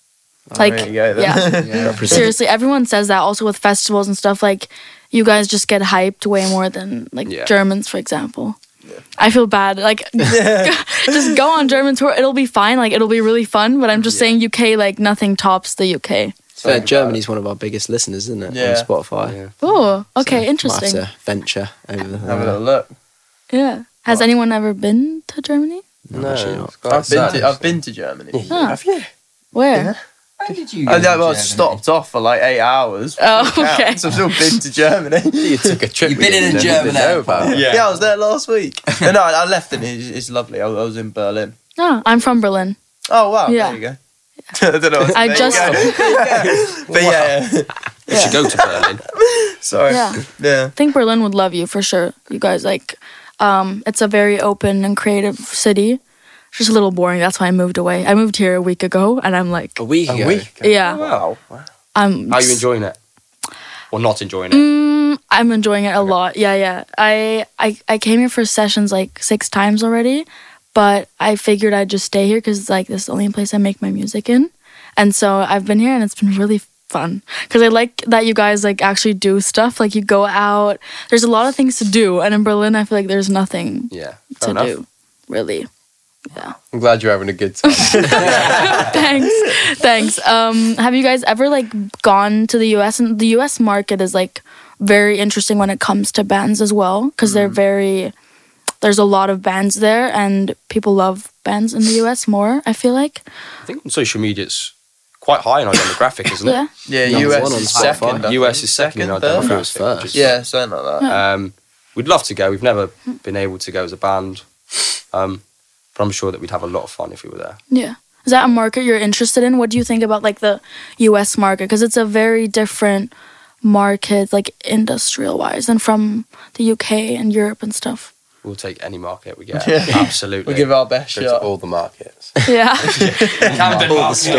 A: Like,
D: there you go. Then.
A: Oh, yeah.
E: Yeah.
A: seriously everyone says that also with festivals and stuff like you guys just get hyped way more than like
C: Yeah.
A: germans for example i feel bad like just go on german tour it'll be fine like it'll be really fun but i'm just saying uk like nothing tops the uk
F: Fair, Germany's one of our biggest listeners, isn't it?
D: Yeah.
F: On Spotify. Yeah.
A: oh okay interesting
F: Might have to venture over there.
D: Have a little look.
A: yeah has anyone ever been to germany
F: No, actually not.
D: I've been to I've been to Germany.
A: Huh.
B: Have you?
A: where
E: When did you?
D: I,
E: go to
D: I Oh, uh, well,
E: Germany?
D: stopped off for like eight hours.
A: Oh, okay.
D: So I've still been to Germany.
B: You took a trip.
E: You've
B: we
E: been in a
B: didn't
E: German
B: know
E: airport.
B: about.
D: Yeah. I was there last week. no, no, I left and it's, it's lovely. I was, I was in Berlin.
A: no i'm from berlin
D: Oh wow,
A: Yeah.
D: there you go. I don't know. what to-
A: I
D: there you
A: just-
D: go. There you go. but yeah, yeah.
C: You should go to Berlin.
D: sorry.
A: Yeah.
D: Yeah.
A: I think Berlin would love you for sure. You guys like, um, it's a very open and creative city. It's just a little boring. That's why I moved away. I moved here a week ago, and I'm like,
C: A week ago.
A: yeah,
B: Wow.
A: I'm.
C: How are you enjoying it? Well, not enjoying it.
A: Mm, I'm enjoying it a lot. Yeah, yeah. I, I I came here for sessions like six times already, but I figured I'd just stay here because like this is the only place I make my music in, and so I've been here and it's been really fun because I like that you guys like actually do stuff. Like you go out. There's a lot of things to do, and in Berlin I feel like there's nothing
C: Yeah.
A: to
B: enough.
A: do, really.
B: I'm glad you're having a good time.
A: thanks thanks um have you guys ever like gone to the us and the us market is like very interesting when it comes to bands as well because they're very there's a lot of bands there and people love bands in the us more i feel like
C: I think on social media it's quite high in our demographic, isn't it?
A: yeah
F: Number
D: US
F: one on
D: is
F: Spotify.
D: second. I
C: US
D: think.
C: is second, in our
D: third?
C: demographic.
F: was first.
C: which is-
D: Yeah, something like that.
C: Um, we'd love to go. We've never been able to go as a band, um, but I'm sure that we'd have a lot of fun if we were there.
A: yeah is that a market you're interested in what do you think about like the us market because it's a very different market like industrial wise than from the uk and europe and stuff
C: We'll take any market we get.
D: Yeah.
C: Absolutely.
D: We'll give it our best
B: Go to
D: shot.
B: all the markets.
A: yeah
E: Camden Market.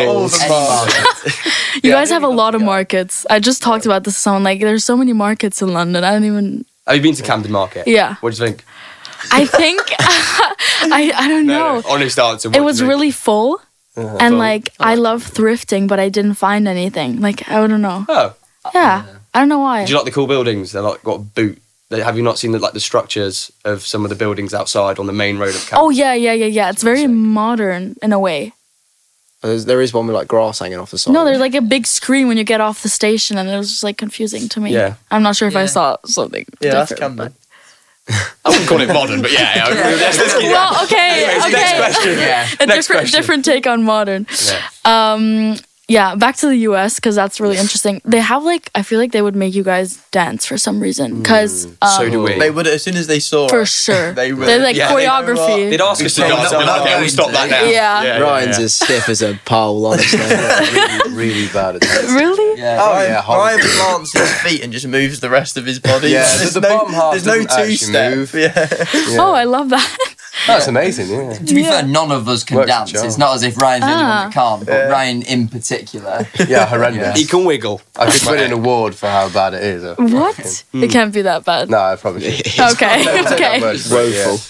D: All the
E: Any
D: bars.
E: market.
A: You
D: Yeah, I
A: guys
D: think
A: have a
D: we
A: lot of
D: got-
A: markets. I just talked about this to someone. Like, there's so many markets in London. I don't even.
C: Have you been to Camden Market?
A: Yeah.
C: What do you think?
A: I think. I, I don't know.
C: Honest answer. what do
A: It
C: you
A: was
C: think?
A: really full. And, like, I love thrifting, but I didn't find anything. Like, I don't know.
C: Oh,
A: Yeah. I don't know why.
C: do you like the cool buildings? They're like got boot. They, have you not seen the like the structures of some of the buildings outside on the main road of Camden?
A: Oh, yeah, yeah, yeah, yeah. It's very modern in a way.
F: There's, there is one with like grass hanging off the side.
A: No, there's like a big screen when you get off the station, and it was just like confusing to me.
C: Yeah.
A: I'm not sure if I
E: Yeah.
A: saw something.
D: Yeah, that's
A: different,
D: Camden.
C: I wouldn't call it modern, but yeah. yeah. Let's- let's
A: but-
C: keep-
A: Well, okay. okay.
E: Yeah.
A: a
C: Next
A: different
C: question.
A: different take on modern. Um yeah, back to the US because that's really interesting. They have like I feel like they would make you guys dance for some reason because
C: so do we.
D: They would as soon as they saw
A: for
D: us,
A: sure
D: They would.
A: are like
C: Yeah, they
A: choreography.
C: They'd ask us to
D: We're
C: dance.
D: not
C: we'd be like,
D: allowed
C: yeah, we
E: to
C: stop
E: do
C: that
E: that.
C: now.
A: Yeah.
F: Ryan's as stiff as a pole, honestly.
B: really, really bad at this.
A: really?
E: Yeah.
D: Oh,
B: yeah,
D: yeah,
B: horrible.
D: Brian plants his feet and just moves the rest of his body.
B: Yeah,
D: there's
B: the
D: no,
B: bottom half
D: There's no
B: doesn't actually
D: two step.
B: move.
D: Yeah.
A: Oh, I love that.
B: That's amazing. Yeah.
E: To be
A: Yeah.
E: fair, none of us can
B: Works
E: dance.
B: job.
E: It's not as if Ryan's the only one
A: Ah.
E: that can't, but Ryan in particular.
B: Yeah, horrendous.
C: He can wiggle.
B: I could win an award for how bad it is. I
A: what?
B: reckon.
A: It can't be that bad.
B: No, I probably should.
A: Okay. okay.
B: Woeful.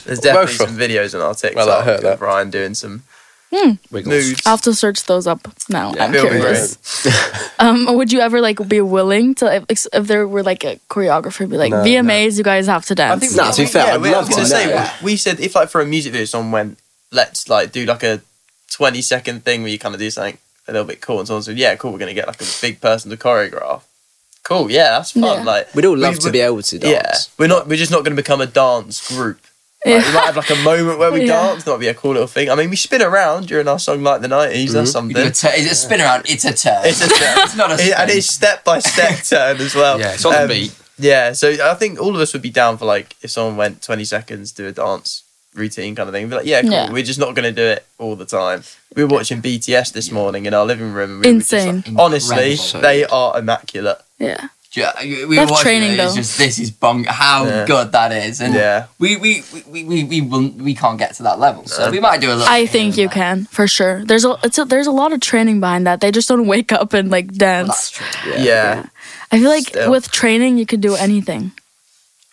D: There's definitely
B: Woeful.
D: some videos on our TikTok
B: Well, that hurt, that.
D: of Ryan doing some
C: Wiggles.
D: moves.
A: I'll have to search those up now. I'm
D: It'll be
A: curious. Um, would you ever like be willing to if, if there were like a choreographer be like
B: No,
A: VMAs, you guys have to dance?
F: Nah, to be fair,
D: yeah,
F: I'd
D: we- I
F: love
D: was gonna
F: to
D: say,
F: know.
D: we we said if like for a music video, someone went, let's like do like a twenty second thing where you kind of do something a little bit cool, and someone said, yeah, cool, we're gonna get like a big person to choreograph. Cool, yeah, that's fun.
A: Yeah.
D: Like
F: We'd all
D: we
F: love to
D: would-
F: be able to
D: Yeah,
F: dance.
D: we're not. We're just not gonna become a dance group. Like, we
A: Yeah.
D: might have like a moment where we
A: Yeah.
D: dance. That would be a cool little thing. I mean, we spin around during our song like the nineties.
F: Mm-hmm.
D: That's
E: You do a
D: something.
E: tur- is it a spin around? It's a turn.
D: It's a turn.
E: it's not a spin.
D: It- and it's step by step turn as well.
C: Yeah, it's on the
D: Um,
C: beat.
D: Yeah, so I think all of us would be down for like if someone went twenty seconds do a dance routine kind of thing. Be like, yeah, cool.
A: Yeah.
D: We're just not going to do it all the time. We were watching BTS this morning in our living room. And we Were
A: Insane.
D: just like, honestly,
E: Incredible.
D: they are immaculate.
A: Yeah.
E: Do you- we
A: They
E: were
A: have
E: watching
A: training,
E: it, it's
A: though.
E: just this is bong how
D: Yeah.
E: good that is and
D: Yeah.
E: we we we we we, will, we can't get to that level so
D: No.
E: we might do a little
A: I
E: bit
A: think
E: here
A: you
E: and there.
A: can for sure. There's a it's a, there's a lot of training behind that. They just don't wake up and like
E: Well,
A: dance.
E: that's true
D: Yeah.
A: I feel like
D: Still.
A: with training you could do anything.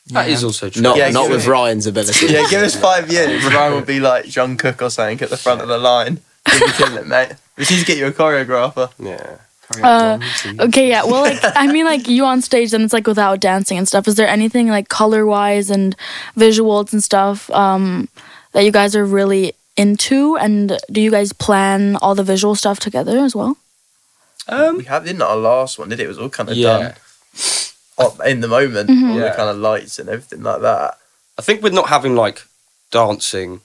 C: That
E: Yeah.
C: is also true.
F: Not,
D: Yeah,
F: not with
D: exactly.
F: Ryan's ability.
D: Yeah, give us five years. Ryan will be like John Cook or something at the front of the line. You'll be killing it, mate. We need to get you a choreographer.
B: Yeah.
A: Uh, okay, yeah. Well, like I mean, like you on stage, then it's like without dancing and stuff. Is there anything like color wise and visuals and stuff um, that you guys are really into? And do you guys plan all the visual stuff together as well?
D: we had didn't our last one, did it? It was all kind of
C: Yeah.
D: done up in the moment,
A: Mm-hmm.
D: all the
C: Yeah.
D: kind of lights and everything like that.
C: I think with not having like dancing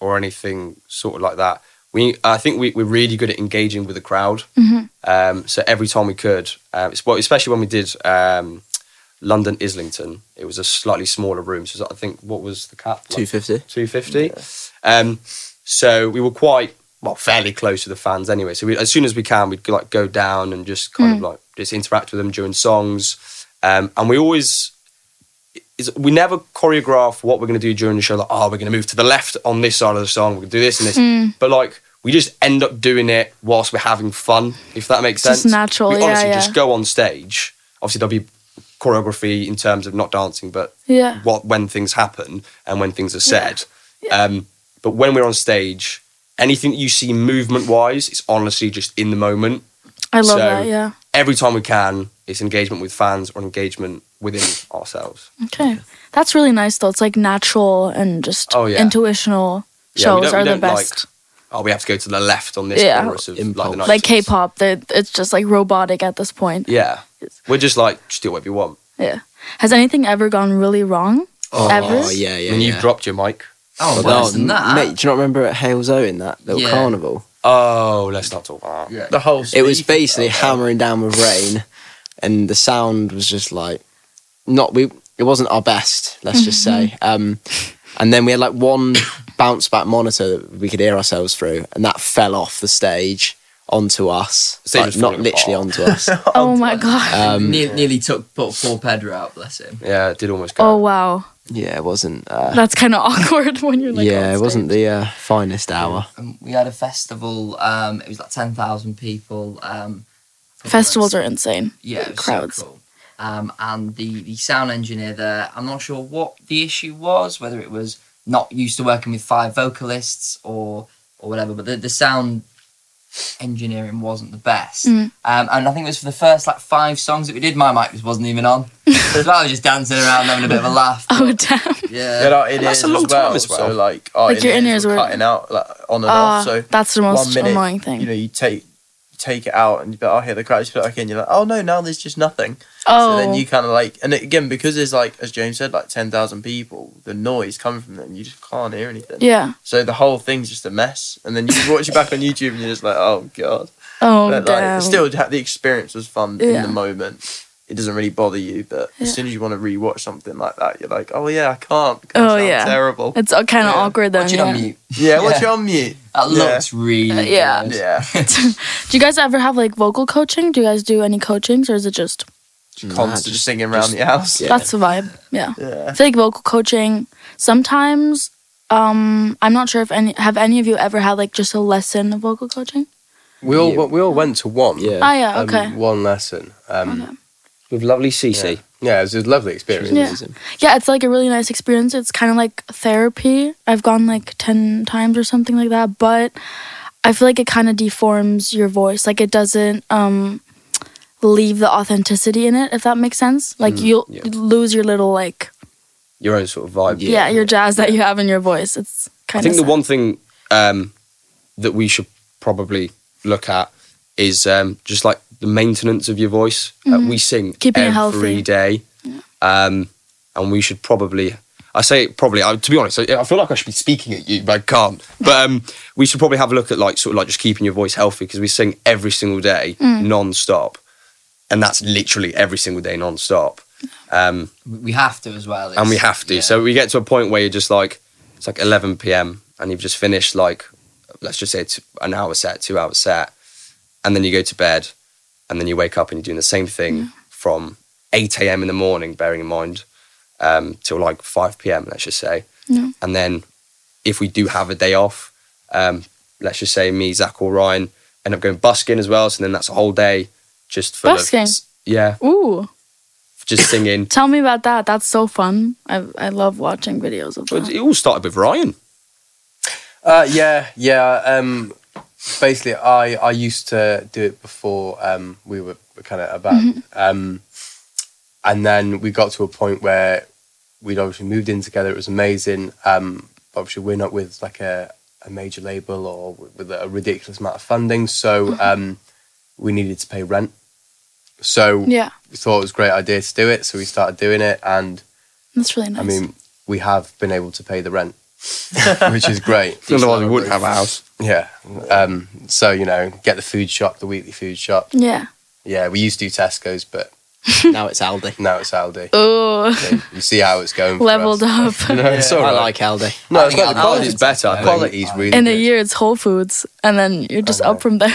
C: or anything sort of like that, we I think we, we're really good at engaging with the crowd. Um, so every time we could, um, it's, well, especially when we did um, London Islington, it was a slightly smaller room. So I think what was the cap? Like,
F: 250.
C: 250. Um, so we were quite well, fairly close to the fans anyway. So we, as soon as we can, we'd like go down and just kind
A: Mm.
C: of like just interact with them during songs, um, and we always. Is, we never choreograph what we're going to do during the show. Like, oh, we're going to move to the left on this side of the song. We're going to do this and this.
A: Mm.
C: But like, we just end up doing it whilst we're having fun. If that makes
A: Just
C: sense.
A: natural,
C: We
A: yeah,
C: honestly
A: yeah.
C: just go on stage. Obviously, there'll be choreography in terms of not dancing, but
A: Yeah.
C: what when things happen and when things are said. Um, but when we're on stage, anything that you see movement wise, it's honestly just in the moment.
A: I love
C: So-
A: that. Yeah.
C: Every time we can, it's engagement with fans or engagement within ourselves.
A: Okay. That's really nice though. It's like natural and just
C: Oh, yeah.
A: intuitional
C: Yeah, we
A: shows
C: don't- we
A: are the
C: don't, like,
A: best.
C: Oh, we have to go to the left on this
A: Yeah.
C: chorus of
F: Impulse.
C: like, the
A: Like
C: 90s.
A: K-pop, they're- it's just like robotic at this point.
C: Yeah, we're just like just do whatever you want.
A: Yeah. Has anything ever gone really wrong? ever?
F: Oh, yeah, yeah.
C: and
F: yeah.
C: you've dropped your mic.
E: oh
F: Oh,
E: worse than
F: no,
E: that
F: Mate, do you not remember at Hales Owen that little
E: Yeah.
F: carnival?
C: Oh, let's not talk about that.
D: The whole
F: It was
D: speaker.
F: basically hammering down with rain, and the sound was just like not we. It wasn't our best, let's just
B: Mm-hmm.
F: say. Um, and then we had like one bounce back monitor that we could hear ourselves through, and that fell off the stage onto us,
C: Stage
F: like,
C: was
F: not
C: falling
F: literally onto us.
A: Oh my god.
F: Um,
E: Ne- nearly took put poor Pedro out bless him
C: Yeah, it did almost go.
A: Oh wow.
F: yeah, it wasn't. Uh,
A: That's kind of awkward when you're like. on
F: yeah, it
A: stage.
F: wasn't the uh, finest hour.
E: um, we had a festival um it was like 10,000 people um
A: Festivals are insane.
E: yeah, it was so
A: crowds.
E: cool. Um, and the, the sound engineer there, I'm not sure what the issue was, whether it was not used to working with five vocalists or or whatever, but the, the sound engineering wasn't the best.
A: Mm.
E: Um, and I think it was for the first like five songs that we did, my mic just wasn't even on. so I was just dancing around having a bit of a laugh.
A: Oh damn.
D: Yeah,
E: Yeah.
D: like, it
C: That's
D: is
C: a long
D: as well,
C: time as well.
D: So like, our
A: Like, your in-ears
D: were
A: were-
D: cutting out like on and
A: Ah,
D: off. So
A: that's the most
D: one minute,
A: annoying thing.
D: you know, you take you take it out and you like, oh, hear the crowd. You put it back in. You're like, oh no, now there's just nothing.
A: oh.
D: So then you kind of like, and again, because there's like, as James said, like 10,000 people, the noise coming from them, you just can't hear anything.
A: yeah.
D: So the whole thing's just a mess. And then you watch it back on YouTube and you're just like, oh, God.
A: Oh
D: but like,
A: damn.
D: still, ha- the experience was fun in
A: Yeah.
D: the moment. It doesn't really bother you, but
A: Yeah.
D: as soon as you want to rewatch something like that, you're like, oh, yeah, I can't. 'cause it
A: Oh,
D: sounds
A: yeah.
D: Terrible.
A: it's kind of
D: Yeah.
A: awkward then.
E: Watch it
A: yeah.
E: on mute.
D: yeah, watch
E: Yeah.
D: it on mute.
E: That
D: Yeah.
E: looks really
A: Uh, yeah.
E: good.
D: Yeah.
A: Do you guys ever have like vocal coaching? Do you guys do any coachings or is it just
D: Constant
F: just-
D: singing around the house.
F: yeah.
A: that's the vibe? Yeah. I
D: Yeah.
A: feel like vocal coaching sometimes. Um, I'm not sure if any have any of you ever had like just a lesson of vocal coaching.
B: We all
F: Yeah.
B: we all went to one.
F: Yeah.
A: Oh yeah,
B: um,
A: okay.
B: one lesson. Um,
A: Okay.
C: With lovely Cece.
B: Yeah, it was a lovely experience.
A: Yeah. Yeah, it's like a really nice experience. It's kind of like therapy. I've gone like 10 times or something like that, but I feel like it kind of deforms your voice. Like it doesn't um leave the authenticity in it, if that makes sense. Like you'll
C: Mm, yeah.
A: you lose your little like
C: Your own sort of vibe.
A: yeah, your jazz that you have in your voice. It's
C: I
A: kind of
C: think the one thing um, that we should probably look at is um, just like the maintenance of your voice. Uh, we sing
A: Mm-hmm. Keeping it healthy.
C: every day, um, and we should probably. I say probably. I, to be honest, I I feel like I should be speaking at you, but I can't. But um, we should probably have a look at like sort of like just keeping your voice healthy because we sing every single day,
A: Mm.
C: non-stop, and that's literally every single day, non-stop. Um,
E: We have to as well.
C: and we
E: It's-
C: have to.
E: yeah.
C: So we get to a point where you're just like, it's like 11 p.m. and you've just finished like let's just say it's an hour set, two hour set, and then you go to bed, and then you wake up and you're doing the same thing
A: Mm-hmm.
C: from 8 a.m. in the morning, bearing in mind, um, till like 5 p.m. Let's just say,
A: Yeah.
C: and then if we do have a day off, um, let's just say me, Zach, or Ryan end up going busking as well. So then that's a whole day just full
A: Busking?
C: of yeah,
A: Ooh,
C: just singing.
A: tell me about that. That's so fun. I I love watching videos of
C: But
A: that.
C: it all started with Ryan.
B: Uh, yeah, yeah. Um, basically, I I used to do it before um, we were kind of about, um, and then we got to a point where we'd obviously moved in together. It was amazing. Um, obviously, we're not with like a, a major label or with a ridiculous amount of funding, so um, we needed to pay rent. So
A: Yeah,
B: we thought it was a great idea to do it, so we started doing it, and
A: that's really nice.
B: I mean, we have been able to pay the rent, which is great.
C: Otherwise, we wouldn't have a house.
B: Yeah. Um, so, you know, get the food shop, the weekly food shop.
A: yeah.
B: Yeah, we used to do Tesco's, but
F: now it's Aldi.
B: now it's Aldi.
A: Oh,
B: So you see how it's going. for
A: leveled
B: us.
A: up.
B: No, it's all
F: I
B: right.
F: like Aldi.
B: no, it's
E: I
B: not the
E: think Aldi's
B: quality's
C: better, I
B: The
C: think.
B: quality's really
A: In a
B: good.
A: year, it's Whole Foods, and then you're just
B: I know.
A: up from there.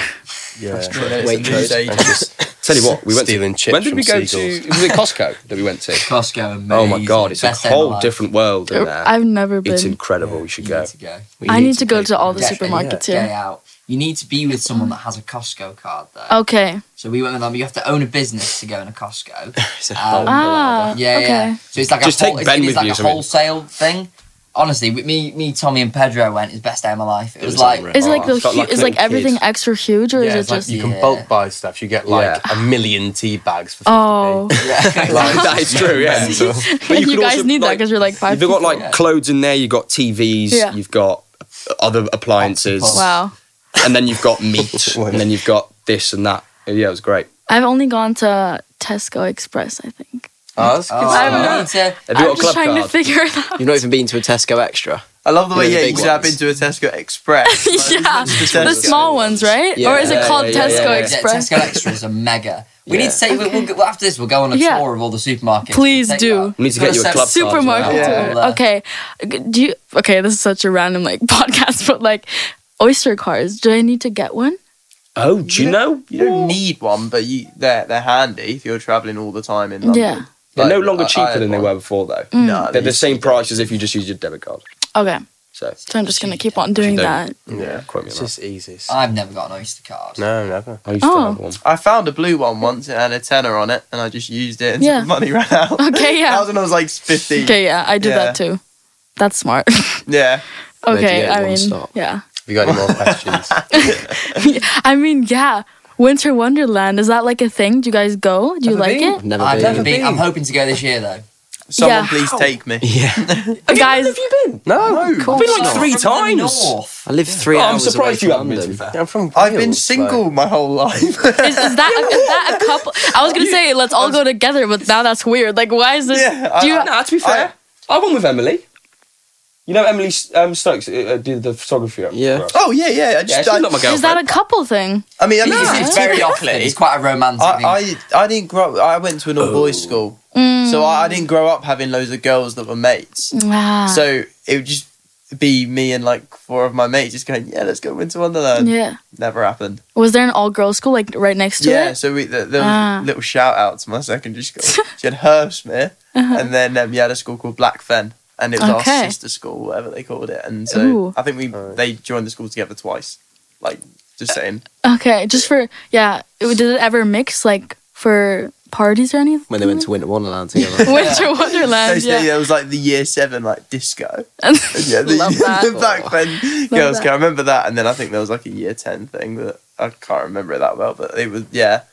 B: Yeah.
D: Waitrose.
B: And just
C: Tell you what, we went
B: Stealing
C: to,
B: chips
C: When did we
B: from
C: go
B: seagulls.
C: to? Was it Costco that we went to?
E: Costco, amazing.
C: Oh my god, it's a
E: Best day of my
C: whole
E: life.
C: different world in there.
A: I've never
C: it's
A: been.
C: incredible. You should
E: You
C: go.
E: need to go.
A: I need to go
F: take
A: to all the
E: Yeah,
A: supermarkets
E: yeah, Day
A: here.
E: out. You need to be with someone that has a Costco card, though.
A: Oh. Okay.
E: So we went with them. You have to own a business to go in a Costco.
F: It's a
E: Um,
F: whole-
A: Ah.
E: Yeah,
A: okay.
E: yeah. So it's like
C: Just
E: a
C: take
E: whole,
C: Ben
E: it's, it's
C: with
E: like
C: you or
E: a
C: something.
E: wholesale thing. Honestly, with me, me, Tommy, and Pedro went. It's best day of my life. It, was,
C: was
E: like
C: unreal.
A: Is it like
C: Oh,
A: the
C: it's got
A: hu-
C: like
A: is
C: little
A: like everything
C: kids.
A: extra huge or
B: Yeah,
A: is
B: it's
A: it
B: like
A: just
B: you can
E: Yeah.
B: bulk buy stuff. You get like a million tea bags for 50p.
A: oh
C: Like, that is true, yeah.
B: Mental.
C: But
A: you,
C: could
A: guys
C: also,
A: need that
C: like,
A: because you're like five.
C: You've got
A: people.
C: like clothes in there. You've got TVs.
A: Yeah.
C: You've got other appliances,
E: Octopus.
A: wow.
C: and then you've got meat, and then you've got this and that. Yeah, it was great.
A: I've only gone to Tesco Express. I think
B: Oh, that's good.
E: Oh,
A: I'm
E: you
A: not-
E: need to-
C: Have
A: I'm
C: you got a
A: just
C: club
A: trying
C: card?
A: to figure it out.
F: You've not even been to a Tesco Extra.
D: I love the way
F: You know,
D: yeah,
F: the
D: you
F: big
D: zap
F: ones.
D: into a Tesco Express. Like,
A: yeah,
D: it's just
A: the
D: Tesco.
A: small ones, right?
F: Yeah,
A: or is it
C: yeah,
A: called
C: yeah, yeah,
A: Tesco
C: yeah, yeah.
A: Express?
E: Yeah, Tesco Extras are mega. We
F: Yeah.
E: need to take. We'll, we'll, go- after this, we'll go on a
A: Yeah.
E: tour of all the supermarkets.
A: Please
E: We'll take
A: do.
E: that.
C: We need to get
E: Got
C: you a
E: set
C: club card as well.
A: Supermarket
D: Yeah.
A: tour. Okay. G- Do you? Okay, this is such a random like podcast, but like oyster cards. Do I need to get one?
C: Oh, do you know?
D: You don't need one, but you they're they're handy if you're traveling all the time in London.
A: Yeah.
C: They're no
D: Like,
C: longer
D: I- I
C: cheaper
D: had
C: than they
D: one.
C: were before, though.
A: Mm.
D: No,
C: They're the same price as if you just used your debit card.
A: Okay,
C: So,
A: so I'm just gonna keep on doing
C: Don't.
A: that.
C: yeah, quote me on
B: It's
C: that.
B: just easy.
E: I've never got an Oyster card.
B: No, never.
C: I used to
A: Oh.
C: have one.
D: I found a blue one once. It had a tenner on it, and I just used it, and
A: Yeah.
D: the money ran out.
A: Okay, yeah.
D: that was when I was like fifteen.
A: Okay, yeah, I do
D: Yeah.
A: that too. That's smart.
D: Yeah,
F: Where'd you
A: okay,
F: get
A: I
F: one
A: mean,
F: stop?
A: yeah.
B: Have you got any more questions?
A: I mean, yeah. Winter Wonderland is that like a thing? Do you guys go? Do you like
B: been.
A: it?
F: I've never
E: I've
F: been.
E: never been. I'm hoping to go this year though.
D: someone
A: Yeah.
D: please take me.
F: Yeah.
A: guys, oh,
B: no, no.
E: I've
C: been like three times.
F: I live three
C: I'm
F: hours away
C: surprised
F: from
C: you haven't been, to
F: London.
C: be fair.
B: I'm from
D: I've been
B: Wales, like-
D: single my whole
A: is,
D: life.
A: is that is that a couple? I was gonna say let's all go together, but now that's weird. Like, why is this?
D: Yeah,
A: do you?
D: I-
C: Uh, Nah, to be fair, I, went with Emily. You know Emily um, Stokes uh, uh, did the photography. up
F: Yeah.
C: for us.
D: oh yeah, yeah. I
C: yeah.
D: just,
C: She's
D: I,
C: not my girlfriend.
A: is that a couple thing?
D: I mean, I mean,
E: It's, it's very often. It's quite a romantic thing.
D: I, I I didn't grow up. I went to an all
C: Oh.
D: boys school,
A: Mm.
D: so I, I didn't grow up having loads of girls that were mates.
A: Wow.
D: So it would just be me and like four of my mates just going, "Yeah, let's go Winter Wonderland."
A: yeah.
D: Never happened.
A: Was there an all girls school like right next to
D: yeah,
A: it?
D: so we th- there was
A: Ah.
D: little shout out to my secondary school. she had Herbsmere,
A: Uh-huh.
D: and then um, you had a school called Blackfen, and it was
A: Okay.
D: our sister school, whatever they called it. And so
A: Ooh.
D: I think we they joined the school together twice. Like
A: Uh,
D: just saying,
A: Okay, just for yeah. It- Did it ever mix like for parties or anything?
F: When they went to Winter Wonderland together.
A: Winter
D: they
A: Wonderland.
D: say
A: Yeah.
D: there was like the year seven like disco. And yeah, the,
A: Love that.
D: the Blackfen
A: Love
D: girls.
A: that.
D: Can I remember that? And then I think there was like a year ten thing that I can't remember it that well, but it was yeah,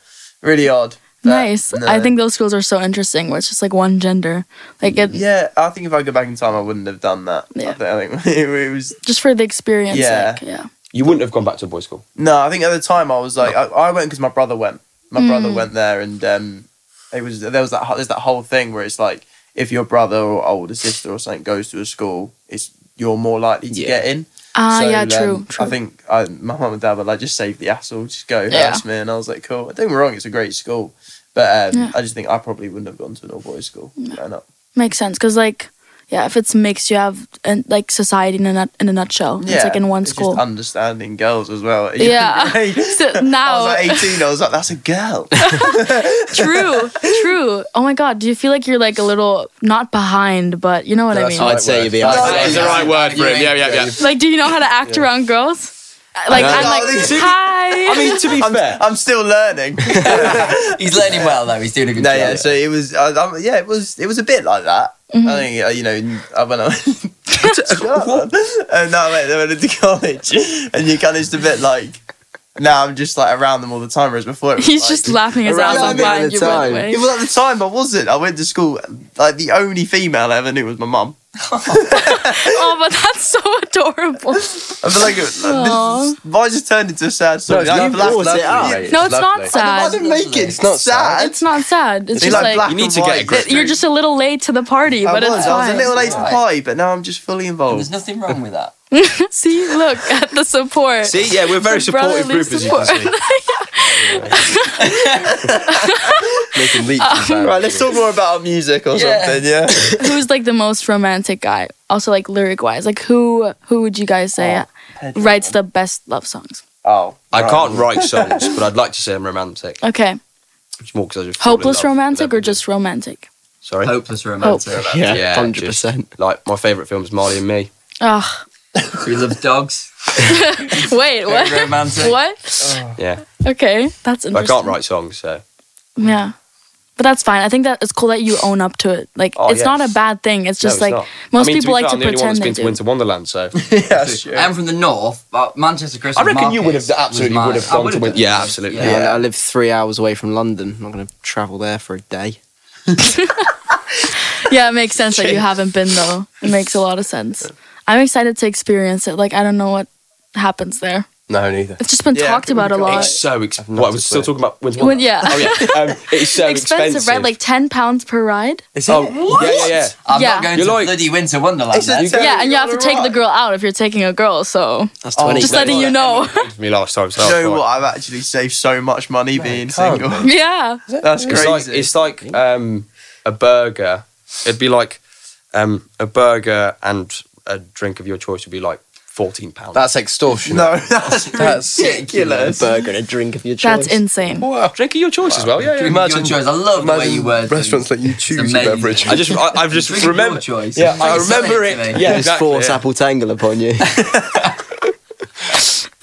D: really odd. But
A: Nice.
D: no.
A: I think those schools are so interesting where it's just like one gender. Like it
D: Yeah, I think if I go back in time, I wouldn't have done that.
A: Yeah.
D: I think, I think it, was
A: just for the experience.
D: Yeah.
A: Like, yeah.
C: you wouldn't have gone back to boys' school.
D: no. I think at the time I was like, I, I went because my brother went. My
A: Mm.
D: brother went there, and um, it was there was that ho- there's that whole thing where it's like if your brother or older sister or something goes to a school, it's you're more likely to
F: Yeah.
D: get in.
A: Ah,
D: So
A: yeah,
D: then
A: true, true.
D: I think I, my mum and dad were like, just save the hassle, just go,
A: Yeah.
D: that's me. And I was like, cool. Don't get me wrong, it's a great school. But um,
A: Yeah.
D: I just think I probably wouldn't have gone to an all boys school. growing up.
A: Makes sense because like yeah, if it's mixed, you have and like society in a nut, in a nutshell. it's like in one
D: it's
A: school.
D: Just understanding girls as well.
A: Yeah.
D: Hey,
A: So
D: I
A: now,
D: was like 18. I was like, that's a girl.
A: true, true. Oh my god, do you feel like you're like a little not behind, but you know what I
B: That's
A: mean?
B: right.
F: I'd say you'd be
B: That's
F: alright.
C: That is the right word for it. Yeah, yeah, yeah.
A: Like, do you know how to act around girls? Like, I'm like, hi.
C: I mean, to be
D: I'm,
C: fair,
D: I'm still learning.
E: He's learning well though. He's doing a good
D: no,
E: job.
D: yeah. So it was, I, I, yeah, it was, it was a bit like that. I think uh, you know, I when I went, uh, no, mate, they went into college, and you kind of just a bit like. Now I'm just like around them all the time, whereas before it was
A: He's
D: like-
A: just laughing his
F: Around
A: ass off
F: the middle
A: behind
F: of
A: you,
F: the
A: by the
F: time.
A: way.
D: Yeah, well, at the time I wasn't. I went to school like the only female I ever knew was my mum.
A: Oh, but that's so adorable.
D: I feel like, it, was- like
A: Aw.
D: this, mine just turned into a sad story.
B: No, you
D: Like, laughed-
F: brought
D: laughed-
F: it up.
B: mate.
A: No,
B: It's
A: it's not
B: lovely.
D: I
A: sad.
D: didn't make it. It's
B: not sad.
A: It's not sad. It's
D: They
A: just
D: like
A: like,
D: black
C: you need
D: and
C: to get a
D: white.
C: grip.
A: you're just a little late to the party,
D: I
A: but
D: was,
A: it's
D: I was a
A: fine.
D: little late to
E: Right.
D: the party, but now I'm just fully
E: There's
D: involved.
E: nothing wrong with that.
A: See, look at the support.
C: See, yeah, we're a very
A: The
C: supportive
A: brotherly
C: group, as you can see.
B: Making leaps and bounds.
D: Right, let's talk more about our music or
E: Yeah.
D: something. Yeah.
A: Who's like the most romantic guy? Also, like lyric wise, like who who would you guys say
C: Oh.
A: writes the best love songs?
D: Oh,
C: I can't write songs, but I'd like to say I'm romantic.
A: Okay,
C: It's more 'cause I just fall in
A: hopeless
C: love with
A: romantic or
C: everything.
A: just romantic?
C: sorry.
E: Hopeless romantic.
F: Yeah,
C: Yeah,
F: hundred percent.
C: Like my favourite film is Marley and Me.
A: Ugh.
E: Who loves dogs?
A: Wait,
E: Very
A: what?
E: romantic.
A: what?
C: Yeah,
A: Okay, that's
C: Uh. but I
A: interesting.
C: can't write songs, so
A: Yeah. But that's fine. I think that it's cool that you own up to it. Like
C: Oh,
A: it's
C: yes.
A: not a bad thing. It's just
C: No, it's
A: like
C: not.
A: most
C: I mean,
A: people
C: to be
A: like
C: fair,
A: to
C: I'm the only one
A: pretend
C: that's
A: they
C: been to
A: do.
C: Winter Wonderland, so
D: yeah, sure.
E: I'm from the north, but Manchester Christmas.
C: I reckon you would
E: markets
C: have absolutely
E: was
C: would have
E: mine. I
C: gone to
E: would've
C: Winter.
E: done.
C: Yeah, absolutely.
E: Yeah.
F: I live three hours away from London. I'm not going to travel there for a day.
A: yeah, it makes sense that you haven't been though. It makes a lot of sense. I'm excited to experience it. Like I don't know what happens there.
B: No, neither.
A: It's just been
D: Yeah,
A: talked about a lot.
C: It's so expensive.
B: not
C: What, I was still
B: explained.
C: talking about Winter
A: When-
C: Wonderland.
A: yeah.
C: Oh yeah, um, it's so
A: expensive,
C: expensive,
A: right? Like ten pounds per ride.
C: oh, yeah, yeah, yeah.
E: I'm
A: Yeah.
E: not going
C: You're
E: to
C: like-
E: bloody winter wonderland.
D: It's a
E: then.
D: terrible
A: yeah, and you have to take the
D: ride.
A: girl out if you're taking a girl. So
F: That's twenty.
A: just
C: no,
A: letting
C: no,
A: you know.
C: Paid for me last time. So
D: You
C: that's
D: know
C: fine.
D: what? I've actually saved so much money being
B: can't
D: single.
A: yeah,
D: That's
C: It's
D: crazy.
C: like it's like um, a burger. It'd be like um, a burger and a drink of your choice would be like fourteen pounds.
B: That's extortion.
D: no, that's
B: That's
F: a
D: ridiculous.
F: burger and a drink of your choice.
A: that's insane.
B: wow.
C: drink of your choice as well. Yeah, yeah.
E: Imagine, your choice. I love the way you word
B: restaurants
E: things.
B: let you choose a
E: amazing.
B: beverage.
C: I just I, I've just
E: Drink your
C: remembered.
E: choice.
C: Yeah, I
E: Please sell
C: remember
E: it to
C: it.
E: me.
C: Yeah,
F: Just
C: exactly.
F: force
C: yeah.
F: apple tangle upon you.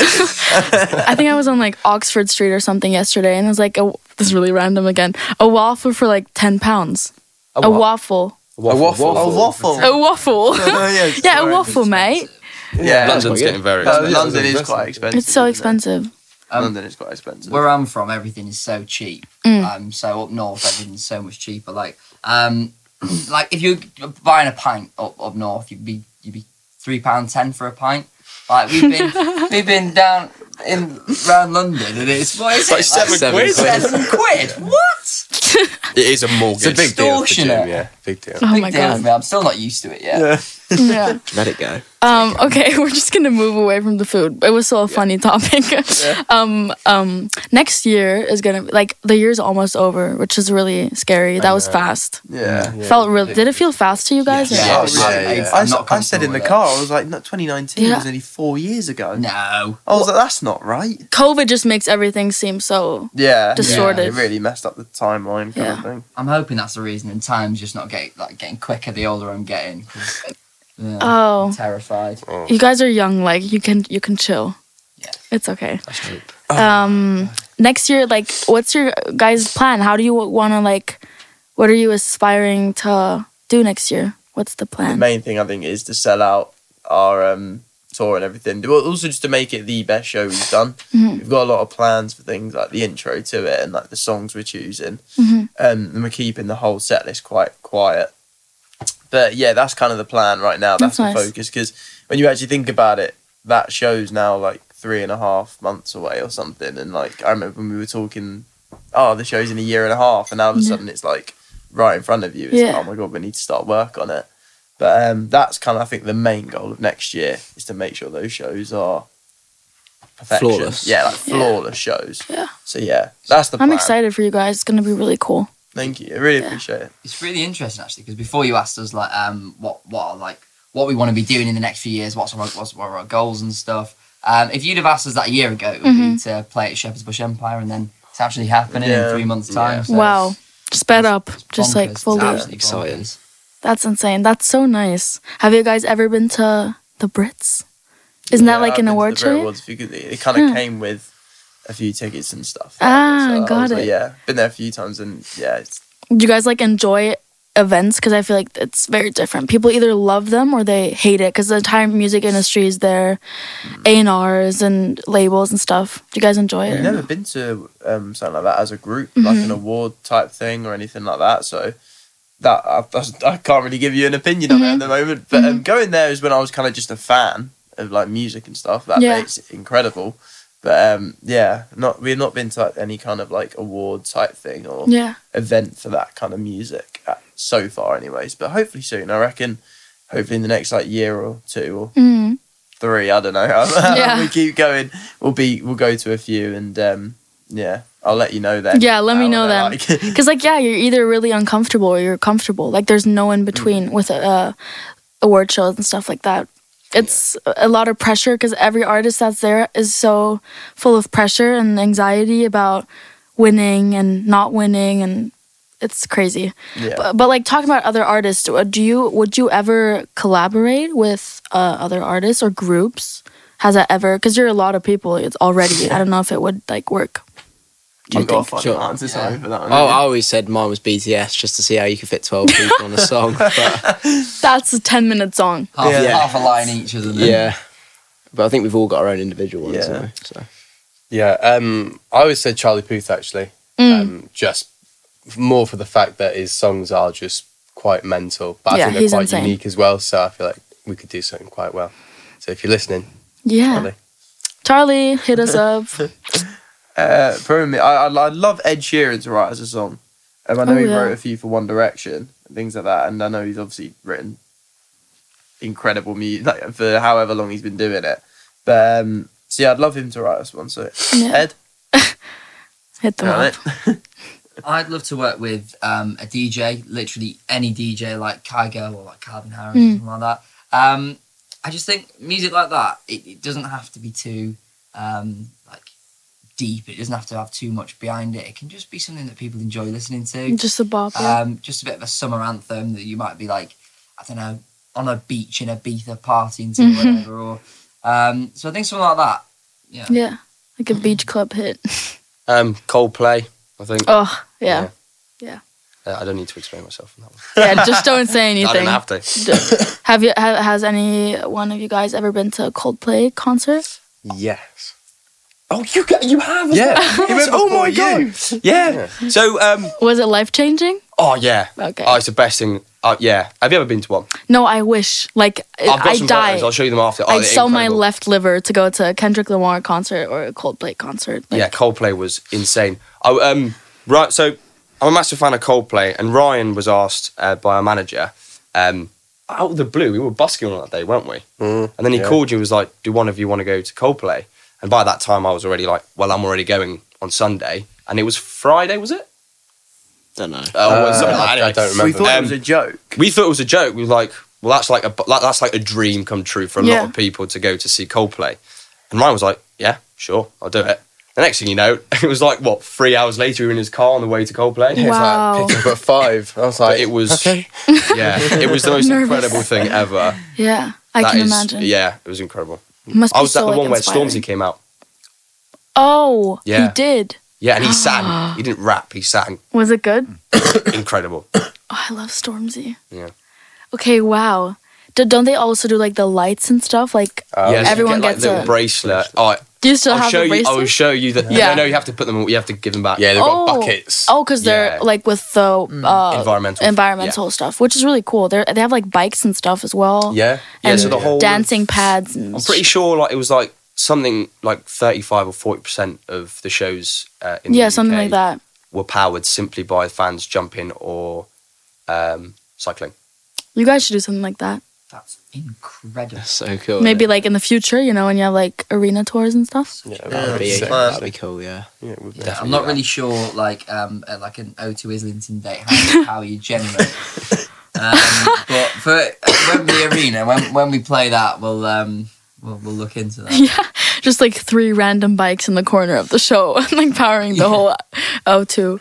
A: I think I was on like Oxford Street or something yesterday, and it was like a, this is really random again. A waffle for like ten pounds. A,
C: what?
A: waffle.
B: a waffle.
D: A waffle.
A: A waffle.
D: Oh, yeah, it's
A: yeah, a
D: sorry.
A: waffle, mate.
D: Yeah,
C: London's getting very
D: Uh,
C: expensive.
D: London is quite expensive.
A: It's so
D: isn't it?
A: expensive.
E: Um,
D: London is quite expensive.
E: where I'm from, everything is so cheap.
A: Mm.
E: Um, so up north, everything's so much cheaper. Like, um, like if you're buying a pint up up north, you'd be you'd be three pound ten for a pint. Like we've been we've been down in round London, and it's what is
C: Like
E: it?
C: seven quid.
E: Seven quid. What?
C: It is a mortgage.
B: It's a big deal for Jim,
E: Extortionate.
B: yeah. Big deal.
A: Oh
E: Big
A: my
E: deal for
A: god.
E: me. I'm still not used to it yet.
A: Yeah.
F: Let it go.
A: Um, okay, we're just gonna move away from the food. It was still a funny topic. um, um, next year is gonna be like the year's almost over, which is really scary. That was fast.
D: yeah.
A: Felt real. Did it feel fast to you guys?
E: Yes.
A: Yeah.
D: Oh,
E: Yeah,
D: yeah,
E: yeah, yeah.
D: I,
E: I'm not
D: I said in the
E: comfortable
D: car, I was like, no, 2019
A: Yeah.
D: was nearly four years ago.
E: No.
D: I was like, that's not right.
A: COVID just makes everything seem so.
D: Yeah.
A: Distorted.
D: Yeah, it really messed up the timeline kind
A: Yeah.
D: of thing.
E: I'm hoping that's the reason. And time's just not getting like getting quicker the older I'm getting. 'cause, yeah, I'm
A: Oh,
E: terrified.
A: you guys are young. Like you can you can chill.
E: Yeah.
A: It's okay. Um, next year, like, what's your guys' plan? How do you want to like? What are you aspiring to do next year? What's the
D: The
A: plan?
D: main thing I think is to sell out our um, tour and everything. Well, Also, just to make it the best show we've done.
A: Mhm.
D: We've got a lot of plans for things like the intro to it and like the songs we're choosing.
A: Mhm.
D: Um, and we're keeping the whole set list quite quiet. But yeah, that's kind of the plan right now.
A: That's
D: That's, the
A: nice.
D: focus because when you actually think about it, that show's now like three and a half months away or something. And like I remember when we were talking, oh, the show's in a year and a half, and now all of a
A: Yeah.
D: sudden it's like right in front of you. It's
A: Mm-hmm. Yeah.
D: like, oh my god, we need to start work on it. But um, that's kind of I think the main goal of next year is to make sure those shows are perfection.
F: Flawless.
D: Yeah, like
A: Yeah.
D: flawless shows.
A: Yeah.
D: So yeah, that's the.
A: I'm
D: plan.
A: excited for you guys. It's gonna be really cool.
D: Thank you. I really
A: Yeah.
D: appreciate it.
E: It's really interesting actually because before you asked us like um what what are, like what we want to be doing in the next few years, what's our what's what are our goals and stuff. Um, if you'd have asked us that a year ago, it would be
A: Mhm.
E: to play at Shepherd's Bush Empire, and then it's actually happening
D: Yeah.
E: in three months' time.
D: Yeah.
E: so
A: Wow.
E: it's-
A: Sped up,
E: it's
A: just
E: bonkers.
A: like
E: It's
A: fully.
E: absolutely
F: Exciting.
E: bonkers.
A: That's insane. That's so nice. Have you guys ever been to the Brits? Isn't
D: Yeah,
A: that like
D: I've
A: an
D: been to
A: award
D: the Brit
A: show?
D: Awards a few- It kind of
A: Huh.
D: came with a few tickets and stuff.
A: Ah,
D: I was
A: got
D: like,
A: it.
D: yeah, been there a few times and yeah, it's,
A: Do you guys like enjoy events? Because I feel like it's very different. People either love them or they hate it. Because the entire music industry is there,
D: Mm.
A: A and R's and labels and stuff. Do you guys enjoy
D: I've
A: it?
D: never been to um, something like that as a group, like
A: Mm-hmm.
D: an award type thing or anything like that. So that I, that's- I can't really give you an opinion on it
A: Mm-hmm.
D: at the moment. But um, going there is when I was kind of just a fan of like music and stuff. That
A: Yeah.
D: makes it incredible. But um, yeah, not we've not been to like, any kind of like award type thing or
A: Yeah.
D: event for that kind of music uh, so far, anyways. But hopefully soon, I reckon. Hopefully in the next like year or two or
A: Mm.
D: three. I don't know. how
A: Yeah.
D: we keep going. We'll be. We'll go to a few, and um, yeah, I'll let you know then.
A: Yeah, let me
D: how
A: know then.
D: they're like.
A: Because like yeah, you're either really uncomfortable or you're comfortable. Like there's no in between with uh, award shows and stuff like that. It's a lot of pressure because every artist that's there is so full of pressure and anxiety about winning and not winning, and it's crazy.
D: yeah.
A: But, but like talking about other artists, uh, do you would you ever collaborate with uh, other artists or groups? Has that ever? Because you're a lot of people. It's already. I don't know if it would like work.
D: you got to find
F: Sure.
D: an answer sorry for that one.
F: Oh, I always said mine was BTS just to see how you could fit 12 people on a song. But
A: That's a ten minute song.
E: Half,
F: Yeah.
E: half a line each, isn't it?
F: yeah. But I think we've all got our own individual ones,
D: Yeah.
F: haven't we? So.
B: Yeah, um, I always said Charlie Puth actually,
A: Mm.
B: um, just more for the fact that his songs are just quite mental, but I
A: Yeah,
B: think they're
A: he's
B: quite
A: insane.
B: unique as well. So I feel like we could do something quite well. So if you're listening,
A: Yeah.
B: Charlie.
A: Charlie, hit us up.
D: Uh, probably me. I, I I love Ed Sheeran to write as a song. Um, I know
A: Oh,
D: he
A: yeah.
D: wrote a few for One Direction and things like that, and I know he's obviously written incredible music like, for however long he's been doing it. But um, so yeah, I'd love him to write us one. So
A: Yeah.
D: Ed,
A: Hit them
D: you know
A: up.
D: it.
E: I'd love to work with um, a DJ, literally any DJ like Kygo or like Calvin Harris,
A: Mm.
E: something like that. Um, I just think music like that, it, it doesn't have to be too um, like deep. It doesn't have to have too much behind it. It can just be something that people enjoy listening to.
A: Just a bop. yeah.
E: Um, just a bit of a summer anthem that you might be like, I don't know, on a beach in Ibiza partying to
A: Mhm.
E: whatever. Or um, so I think something like that. Yeah.
A: yeah. Like a beach club hit.
C: Um, Coldplay, I think.
A: Oh, yeah.
C: Uh, I don't need to explain myself on that one.
A: Yeah, just don't say anything.
C: I don't have to.
A: D- have you ha- has any one of you guys ever been to a Coldplay concert?
B: yes,
C: Oh, you got, you have.
B: Yeah.
C: well?
B: He went
C: oh my
B: before
C: god. Yeah. So um.
A: Was it life changing?
C: Oh yeah.
A: Okay.
C: Oh, it's the best thing. Uh, yeah. Have you ever been to one?
A: no, I wish. Like
C: I've got
A: I
C: some
A: die.
C: photos. I'll show you them after. Oh,
A: I'd
C: they're
A: sell my
C: incredible.
A: left liver to go to a Kendrick Lamar concert or a Coldplay concert. Like,
C: yeah, Coldplay was insane. I, um, right, so I'm a massive fan of Coldplay, and Ryan was asked uh, by our manager, um, out of the blue, we were busking on that day, weren't we?
B: Mm,
C: and then he
B: yeah.
C: called you and was like, "Do one of you want to go to Coldplay?" And by that time, I was already like, "Well, I'm already going on Sunday," and it was Friday, was it?
F: Don't know.
C: Oh, it was
B: Uh,
C: something like that.
B: I- I
C: Anyway,
B: don't remember.
D: we thought it
C: Um,
D: was a joke.
C: we thought it was a joke. We were like, well, that's like a that- that's like a dream come true for a
A: Yeah.
C: lot of people to go to see Coldplay. And Ryan was like, yeah, sure, I'll do it. The next thing you know, it was like what three hours later, we were in his car on the way to Coldplay.
B: It was
A: Wow.
B: like pick up at five. I was
C: But
B: like,
C: it was, yeah, it was the most
A: Nervous.
C: incredible thing ever.
A: Yeah, I
C: That
A: can
C: is-
A: imagine.
C: Yeah, it was incredible.
A: Must be
C: I was
A: so,
C: at the
A: like,
C: one where
A: inspiring.
C: Stormzy came out.
A: Oh,
C: Yeah.
A: he did.
C: Yeah, and he sang. He didn't rap. He sang.
A: Was it good?
C: Incredible.
A: Oh, I love Stormzy.
C: Yeah.
A: Okay, wow. Do, don't they also do like the lights and stuff? Like,
B: oh,
C: yeah, so you
A: Everyone
C: get, like,
A: gets
C: little
A: a-
C: bracelet. Oh, I-
A: do you still
C: Uh, I'll
A: have
C: show
A: the
C: you. Oh, I will
A: bracelets?
C: show you that.
A: Yeah.
C: No, no, you have to put them. You have to give them back.
B: yeah, they've got
A: Oh.
B: buckets.
A: Oh, because they're
C: Yeah.
A: like with the uh,
C: Environmental.
A: environmental stuff, which is really cool. They they have like bikes and stuff as well.
B: Yeah,
C: Yeah,
A: and
C: so the whole
A: dancing pads. And
C: I'm pretty sure like it was like something like 35 or 40 percent of the shows uh, in the
A: yeah,
C: UK
A: something like that.
C: were powered simply by fans jumping or um, cycling.
A: You guys should do something like that.
E: That's incredible.
F: That's so cool.
A: Maybe like in the future, you know, when you have like arena tours and stuff.
B: Yeah,
F: that'd be,
D: Yeah,
B: sick,
D: plan.
F: that'd be cool. Yeah.
B: actually. Yeah, it would be.
E: I'm not really sure, like, um, uh, like an O2 Islington date, how, how you generate. Um, but for Wembley Arena, when when we play that, we'll um, we'll, we'll look into that.
A: Yeah, just like three random bikes in the corner of the show, and like powering the whole O2.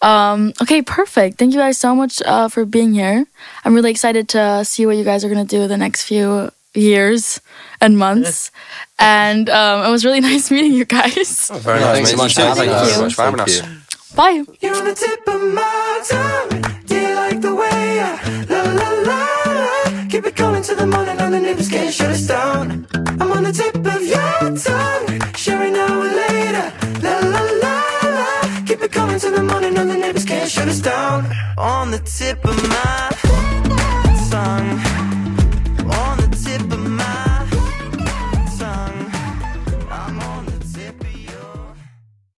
A: Um, okay, perfect. Thank you guys so much uh, for being here. I'm really excited to uh, see what you guys are gonna do the next few years and months. And um, it was really nice meeting you guys.
B: Oh.
C: Very
F: Yeah,
C: nice.
F: thanks
C: mate.
F: so much
C: You too.
F: for having
C: Thank you
A: us.
C: so much for having us.
A: Bye.
G: You're on the tip of my tongue. Do you like the way I la la la la? Keep it going till the morning and the neighbors can't shut us down. I'm on the tip of your tongue. Share an hour later. La la la la. Keep it going till the morning and the neighbors can't shut us down. On the tip of my tongue.